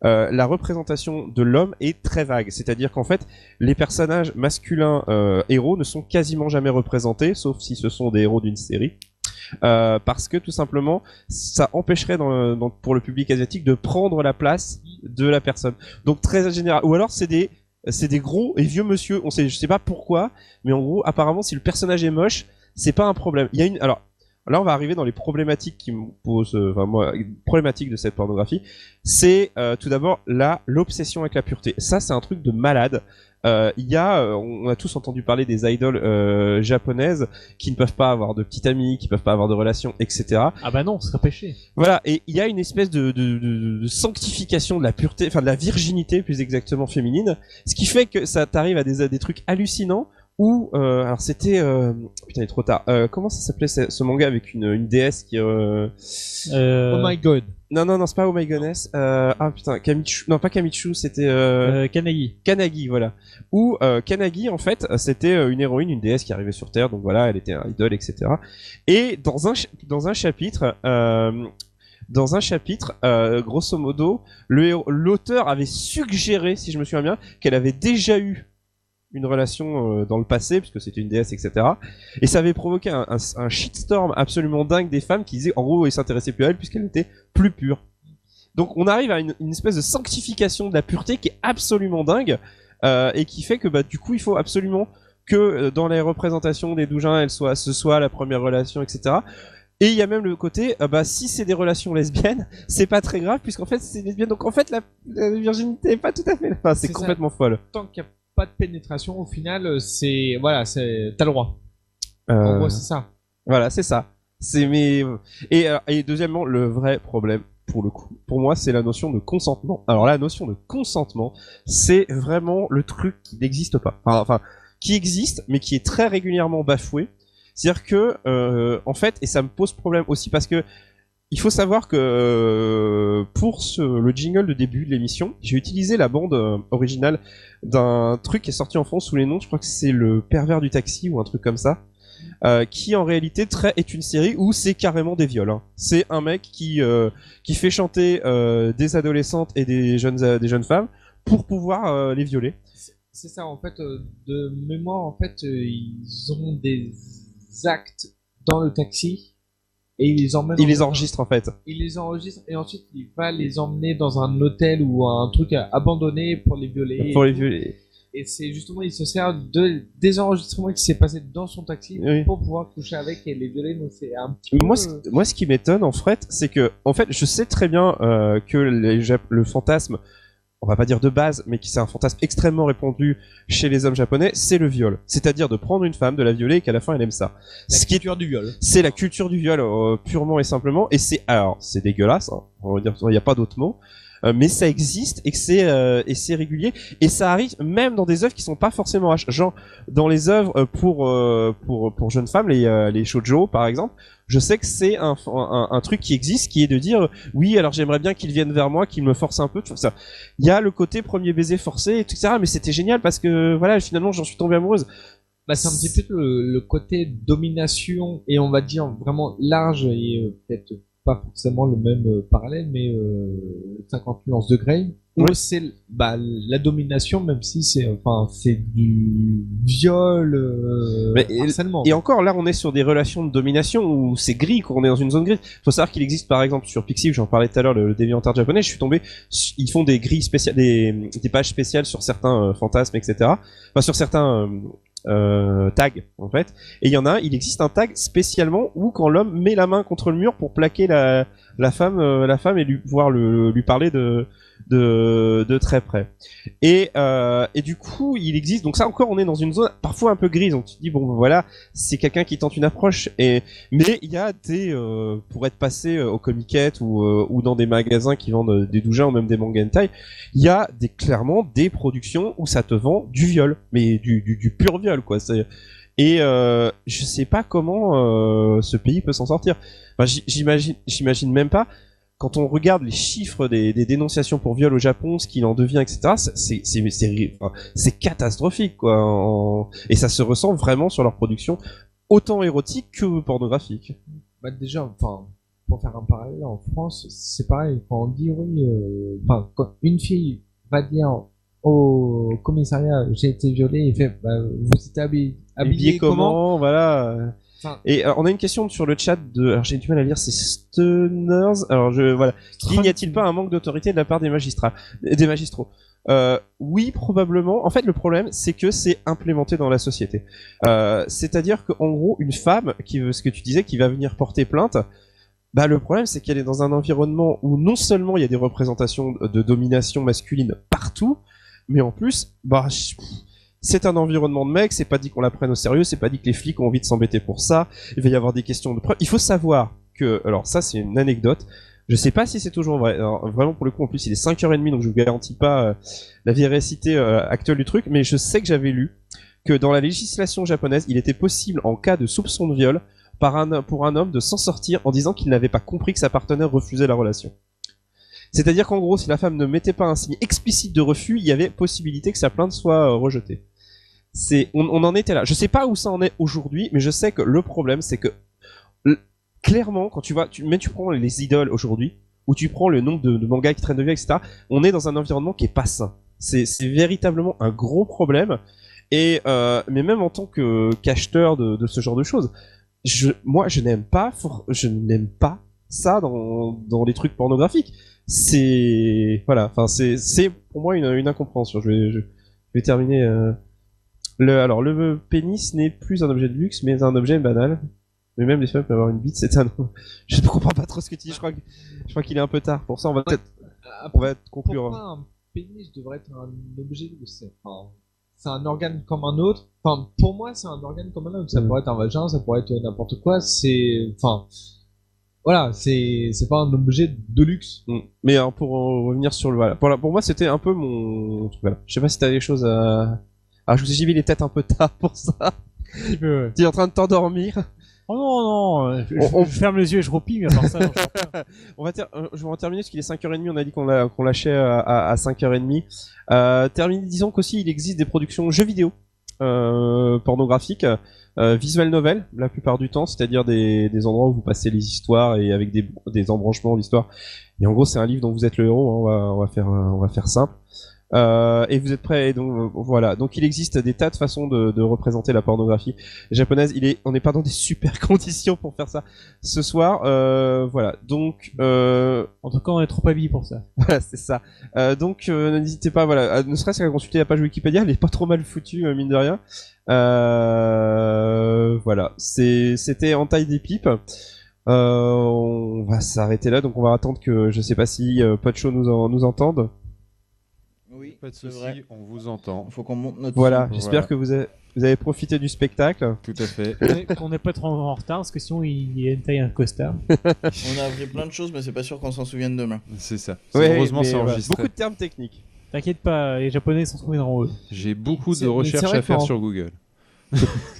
E: euh, la représentation de l'homme est très vague. C'est-à-dire qu'en fait, les personnages masculins euh, héros ne sont quasiment jamais représentés, sauf si ce sont des héros d'une série. euh, parce que tout simplement, ça empêcherait dans le- dans- pour le public asiatique de prendre la place de la personne. Donc très général. Ou alors c'est des c'est des gros et vieux monsieur. On sait, je sais pas pourquoi, mais en gros, apparemment, si le personnage est moche, c'est pas un problème. Il y a une alors. Là, on va arriver dans les problématiques qui me posent, euh, enfin moi, problématiques de cette pornographie. C'est euh, tout d'abord là l'obsession avec la pureté. Ça, c'est un truc de malade. Euh, Il y a, euh, on on a tous entendu parler des idoles euh, japonaises qui ne peuvent pas avoir de petite amie, qui peuvent pas avoir de relations, etc.
C: Ah bah non, ce serait péché.
E: Voilà, et il y a une espèce de, de- de- de sanctification de la pureté, enfin de la virginité plus exactement féminine, ce qui fait que ça t'arrive à des, à des trucs hallucinants où, euh, alors c'était, euh, putain il est trop tard, Euh, comment ça s'appelait ce, ce manga avec une, une déesse qui... euh,
C: Euh, Oh my God.
E: Non, non, non, c'est pas Oh My Goddess. Euh, ah putain, Kamichu, non pas Kamichu, c'était... Euh...
C: Kanagi.
E: Kanagi, voilà. Où euh, Kanagi, en fait, c'était euh, une héroïne, une déesse qui arrivait sur Terre, donc voilà, elle était un idole, etc. Et dans un, cha- dans un chapitre, euh, dans un chapitre, euh, grosso modo, le héros- l'auteur avait suggéré, si je me souviens bien, qu'elle avait déjà eu une relation euh, dans le passé, puisque c'était une déesse, etc. Et ça avait provoqué un, un- un shitstorm absolument dingue des femmes qui disaient, en gros, ils s'intéressaient plus à elle puisqu'elle était plus pure. Donc on arrive à une, une espèce de sanctification de la pureté qui est absolument dingue euh, et qui fait que bah du coup il faut absolument que euh, dans les représentations des doujins elle soit ce soit la première relation etc. Et il y a même le côté euh, bah si c'est des relations lesbiennes <laughs> c'est pas très grave puisqu'en fait c'est lesbienne donc en fait la, la virginité est pas tout à fait enfin, c'est
A: C'est ça.
E: complètement folle.
A: Tant qu'il n'y a pas de pénétration, au final, euh, c'est. Voilà, c'est- t'as le droit. En
E: Euh,
A: gros, c'est ça.
E: Voilà, c'est ça. C'est mes... et, euh, et deuxièmement, le vrai problème, pour le coup, pour moi, c'est la notion de consentement. Alors, la notion de consentement, c'est vraiment le truc qui n'existe pas. Enfin, enfin, qui existe, mais qui est très régulièrement bafoué. C'est-à-dire que, euh, en fait, et ça me pose problème aussi parce que il faut savoir que euh, pour ce- le jingle de début de l'émission, j'ai utilisé la bande euh, originale d'un truc qui est sorti en France sous les noms, je crois que c'est le pervers du taxi ou un truc comme ça, euh, qui en réalité très, est une série où c'est carrément des viols. hein. C'est un mec qui, euh, qui fait chanter euh, des adolescentes et des jeunes, euh, des jeunes femmes pour pouvoir euh, les violer.
A: C'est ça, en fait, euh, de mémoire, en fait, euh, ils ont des actes dans le taxi et ils les emmènent.
E: Il
A: en-
E: les enregistre en fait.
A: Il les enregistre et ensuite il va les emmener dans un hôtel ou un truc à- abandonné pour les violer.
E: Pour les
A: Et tout.
E: violer.
A: Et c'est justement, il se sert de, des enregistrements qui s'est passé dans son taxi
E: Oui.
A: pour pouvoir coucher avec et les violer. Donc c'est un petit
E: Mais Moi,
A: peu,
E: ce,
A: euh,
E: moi, ce qui m'étonne en fait, c'est que, en fait, je sais très bien euh, que les Jap- le fantasme, on va pas dire de base, mais qui c'est un fantasme extrêmement répandu chez les hommes japonais, c'est le viol. C'est-à-dire de prendre une femme, de la violer, et qu'à la fin, elle aime ça. ce qui est
A: du viol.
E: C'est la culture du viol euh, purement et simplement, et c'est alors c'est dégueulasse. hein, on va dire, il n'y a pas d'autre mot. euh, mais ça existe et que c'est euh, et c'est régulier et ça arrive même dans des œuvres qui sont pas forcément H. genre dans les œuvres euh, pour euh, pour pour jeunes femmes les euh, les shoujo par exemple je sais que c'est un, un un truc qui existe qui est de dire euh, oui alors j'aimerais bien qu'ils viennent vers moi qu'ils me forcent un peu tu vois, ça il y a le côté premier baiser forcé etc mais c'était génial parce que voilà finalement j'en suis tombée amoureuse
A: Bah, c'est un petit peu le, le côté domination et on va dire vraiment large et euh, peut-être pas forcément le même euh, parallèle, mais euh, 50 nuances de Grey. où c'est bah, la domination, même si c'est enfin c'est du viol, euh,
E: Mais et-
A: harcèlement.
E: Et encore, là, on est sur des relations de domination où c'est gris, qu'on est dans une zone grise. Faut savoir qu'il existe, par exemple, sur Pixiv, j'en parlais tout à l'heure, le, le DeviantArt japonais, je suis tombé, su- ils font des grilles spéciales, des, des pages spéciales sur certains euh, fantasmes, etc. Enfin, sur certains euh, euh, tags, en fait. Et il y en a un, il existe un tag spécialement où quand l'homme met la main contre le mur pour plaquer la, la femme, euh, la femme et lui pouvoir le- lui parler de, de, de très près. Et, euh, et du coup, il existe. Donc ça encore, on est dans une zone parfois un peu grise. On se dit bon, voilà, c'est quelqu'un qui tente une approche. Et mais il y a des euh, pour être passé euh, aux comiquettes ou, euh, ou dans des magasins qui vendent euh, des doujins ou même des manga hentai, il y a des clairement des productions où ça te vend du viol, mais du, du, du pur viol quoi. C'est et euh, je sais pas comment euh, ce pays peut s'en sortir. Enfin, j- j'imagine, j'imagine même pas. Quand on regarde les chiffres des, des dénonciations pour viol au Japon, ce qu'il en devient, etc., c'est- c'est- c'est c'est- enfin, c'est catastrophique, quoi. En- Et ça se ressent vraiment sur leur production, autant érotique que pornographique.
A: Bah, déjà, enfin, pour faire un parallèle, en France, c'est pareil. Quand on dit oui, euh, enfin, quand une fille va dire au commissariat j'ai été violée, il fait bah, vous étiez habillé,
E: Habillé comment, voilà.
B: Enfin-
E: Et euh, on a une question sur le chat de. Alors j'ai du mal à lire, c'est Stoners. Alors je. Voilà. Qui N'y a-t-il pas un manque d'autorité de la part des magistrats Des magistraux Euh, oui, probablement. En fait, le problème, c'est que c'est implémenté dans la société. Euh, C'est-à-dire qu'en gros, une femme, qui veut, ce que tu disais, qui va venir porter plainte, bah, le problème, c'est qu'elle est dans un environnement où non seulement il y a des représentations de domination masculine partout, mais en plus, bah, je- c'est un environnement de mecs, c'est pas dit qu'on la prenne au sérieux, c'est pas dit que les flics ont envie de s'embêter pour ça, il va y avoir des questions de preuve. Il faut savoir que, alors ça, c'est une anecdote, je sais pas si c'est toujours vrai, Alors, vraiment pour le coup, en plus, il est 5h30, donc je vous garantis pas euh, la véracité euh, actuelle du truc, mais je sais que j'avais lu que dans la législation japonaise, il était possible, en cas de soupçon de viol, par un, pour un homme de s'en sortir en disant qu'il n'avait pas compris que sa partenaire refusait la relation. C'est-à-dire qu'en gros, si la femme ne mettait pas un signe explicite de refus, il y avait possibilité que sa plainte soit euh, rejetée. C'est, on, on en était là. Je sais pas où ça en est aujourd'hui, mais je sais que le problème, c'est que l- clairement, quand tu vois, tu, mais tu prends les idoles aujourd'hui, ou tu prends le nombre de, de mangas qui traînent de vie, etc. On est dans un environnement qui est pas sain. C'est, c'est véritablement un gros problème. Et euh, mais même en tant que cacheteur de, de ce genre de choses, je, moi, je n'aime pas, for- je n'aime pas ça dans, dans les trucs pornographiques. C'est voilà, enfin c'est c'est pour moi une, une incompréhension. Je vais je, je vais terminer. euh, le alors le pénis n'est plus un objet de luxe, mais un objet banal. Mais même les femmes peuvent avoir une bite, c'est un. <laughs> Je ne comprends pas trop ce que tu dis. Je crois que je crois qu'il est un peu tard pour ça. On va peut-être
F: Ah,
E: on va conclure.
B: Pourquoi un pénis devrait être un objet de c'est- enfin, C'est un organe comme un autre. Enfin, pour moi, c'est un organe comme un autre.
F: Mm.
B: Ça pourrait être un vagin, ça pourrait être n'importe quoi. C'est, enfin, voilà, c'est, c'est pas un objet de luxe.
E: Mm. Mais alors, pour en revenir sur le voilà, pour, la- pour moi c'était un peu mon truc, voilà. Je sais pas si t'as des choses à. Ah, je vous ai dit, il est peut-être un peu tard pour ça. Tu es en train de t'endormir.
C: Oh non, non, euh, je,
E: On-
C: je-
E: on-
C: je ferme les yeux et je roupille, mais à part ça, non, je sors pas.
E: On va ter- euh, je vais en terminer parce qu'il est 5h30, on a dit qu'on l'a- qu'on lâchait à, à- à 5h30. Euh, terminer, disons qu'aussi il existe des productions jeux vidéo euh, pornographiques, euh, visual novel la plupart du temps, c'est-à-dire des, des endroits où vous passez les histoires et avec des, des embranchements d'histoires. Et en gros c'est un livre dont vous êtes le héros, hein, on, va, on, va faire, euh, on va faire simple. Euh, et vous êtes prêts, et donc euh, voilà. Donc il existe des tas de façons de, de représenter la pornographie japonaise. Il est, on n'est pas dans des super <laughs> conditions pour faire ça ce soir. Euh, voilà. Donc euh,
C: en tout cas, on est trop habillé pour <laughs> ça.
E: <laughs> Voilà, c'est ça. Euh, donc euh, n'hésitez pas, voilà, à- ne serait-ce qu'à consulter la page Wikipédia, elle est pas trop mal foutue euh, mine de rien. Euh, voilà, c'est, c'était en taille des pipes. Euh, on va s'arrêter là, donc on va attendre que je sais pas si euh, Pacho nous en- nous entende.
F: Oui, pas de souci, on vous entend. Faut qu'on monte notre
E: Voilà,
F: son.
E: j'espère que vous avez, vous avez profité du spectacle.
F: Tout à fait.
C: Ouais, Qu'on n'est pas trop en retard, parce que sinon, il y a une taille un costard.
F: on a appris plein de choses, mais c'est pas sûr qu'on s'en souvienne demain.
E: Bah,
F: C'est ça.
C: Ouais,
F: heureusement,
C: mais
F: c'est
C: voilà.
F: enregistré.
E: Beaucoup de termes techniques.
C: T'inquiète pas, les Japonais s'en trouveront eux.
F: J'ai beaucoup
C: C'est-
F: de
C: mais c'est
F: recherches
C: vrai
F: à faire
C: qu'en-
F: sur Google.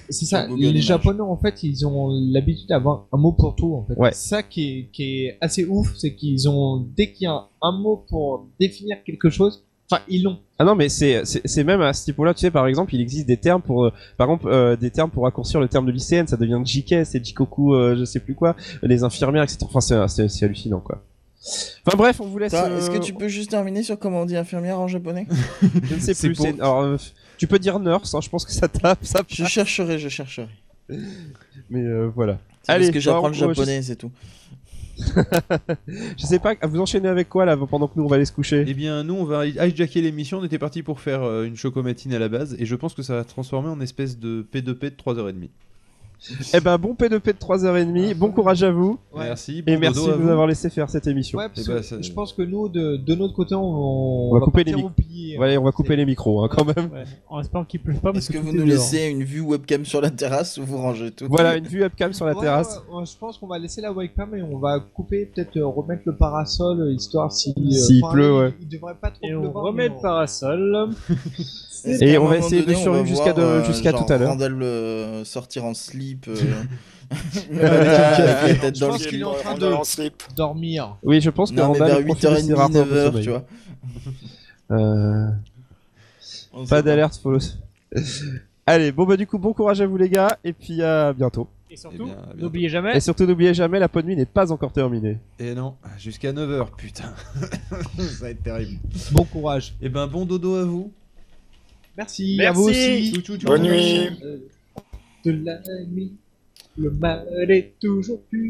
B: C'est ça.
F: Google
B: les
F: Images.
B: Japonais, en fait, ils ont l'habitude d'avoir un mot pour tout. En fait.
E: Ouais.
B: Ça qui est, qui est assez ouf, c'est qu'ils ont dès qu'il y a un mot pour définir quelque chose, enfin, ils l'ont.
E: Ah non, mais c'est c'est c'est même à ce niveau-là, tu sais, par exemple, il existe des termes pour, euh, par exemple, euh, des termes pour raccourcir le terme de lycéenne, ça devient JK, c'est Jikoku, euh, je sais plus quoi, les infirmières, etc. Enfin, c'est- c'est c'est hallucinant, quoi. Enfin bref, on vous laisse.
F: Toi, Est-ce
E: euh,
F: que tu peux juste terminer sur comment on dit infirmière en japonais
E: Je ne sais
F: C'est
E: plus.
F: pour-
E: c'est- Alors, euh, tu peux dire nurse, hein, je pense que ça tape, ça.
F: Je chercherai, je chercherai.
E: Mais euh, voilà.
F: C'est parce
E: Allez,
F: que j'apprends
E: bah,
F: le
E: on-
F: japonais,
E: je-
F: c'est tout.
E: Je sais pas, vous enchaînez avec quoi là pendant que nous on va aller se coucher
F: Eh bien, nous, on va hijacker l'émission. On était parti pour faire euh, une chocomatine à la base, et je pense que ça va se transformer en espèce de P2P de 3h30.
E: Eh ben, bon P2P de 3h30, bon courage à vous.
F: Ouais. Merci,
E: Et
F: bon
E: merci
F: dodo
E: de
F: à
E: nous
F: vous.
E: avoir laissé faire cette émission.
B: Ouais, parce
F: Eh
B: que
F: ben, ça-
B: je pense que nous, de, de notre côté, on,
E: On, va couper les
B: partir
E: micros.
B: au pilier, hein.
E: Ouais, on va couper les micros hein, quand même.
C: En espérant qu'il pleuve
E: Ah,
C: pas, parce
F: Est-ce que
C: tout
F: vous
C: est
F: nous
C: dehors.
F: laissez une vue webcam sur la terrasse ou vous rangez tout
E: Voilà, une vue webcam sur la
B: Ouais,
E: terrasse.
B: ouais, ouais, je pense qu'on va laisser la webcam et on va couper, peut-être euh, remettre le parasol, euh, histoire si. euh,
E: S'il
B: enfin,
E: pleut, ouais.
B: Il, il devrait pas trop
C: Et on
B: pleuvoir.
C: remet le parasol.
F: Est-ce
E: Et
F: qu'à un
E: on va
F: moment
E: essayer de
F: donné, on
E: survivre
F: va
E: jusqu'à
F: voir,
E: de-
F: euh,
E: jusqu'à
F: genre
E: tout à l'heure.
F: Randall euh, sortir en slip.
E: <laughs>
F: euh, <laughs> avec la
B: Je
F: tête dans le
B: pense qu'il est
F: slip.
B: en train de dormir.
E: Oui, je pense que
F: Non, mais
E: Randall
F: vers
E: est profité de ses
F: 8h30,
E: rares heures de
F: 9h,
E: sommeil.
F: tu vois.
E: Euh,
F: On sait
E: Pas
F: pas.
E: d'alerte, <laughs> follow. Allez, bon bah du coup, bon courage à vous les gars, et puis à bientôt.
C: Et
F: Eh
B: Eh
C: surtout, n'oubliez jamais.
E: Et surtout, n'oubliez jamais, la peau de nuit n'est pas encore terminée.
F: Et non, jusqu'à 9h, putain. <laughs> ça va être terrible.
B: Bon courage.
F: Et ben bon dodo à vous.
B: Merci,
F: Merci.
B: à vous aussi.
F: Tchou, tchou, tchou. Bonne nuit.
B: Euh, De la nuit.
A: Le mal est toujours pur.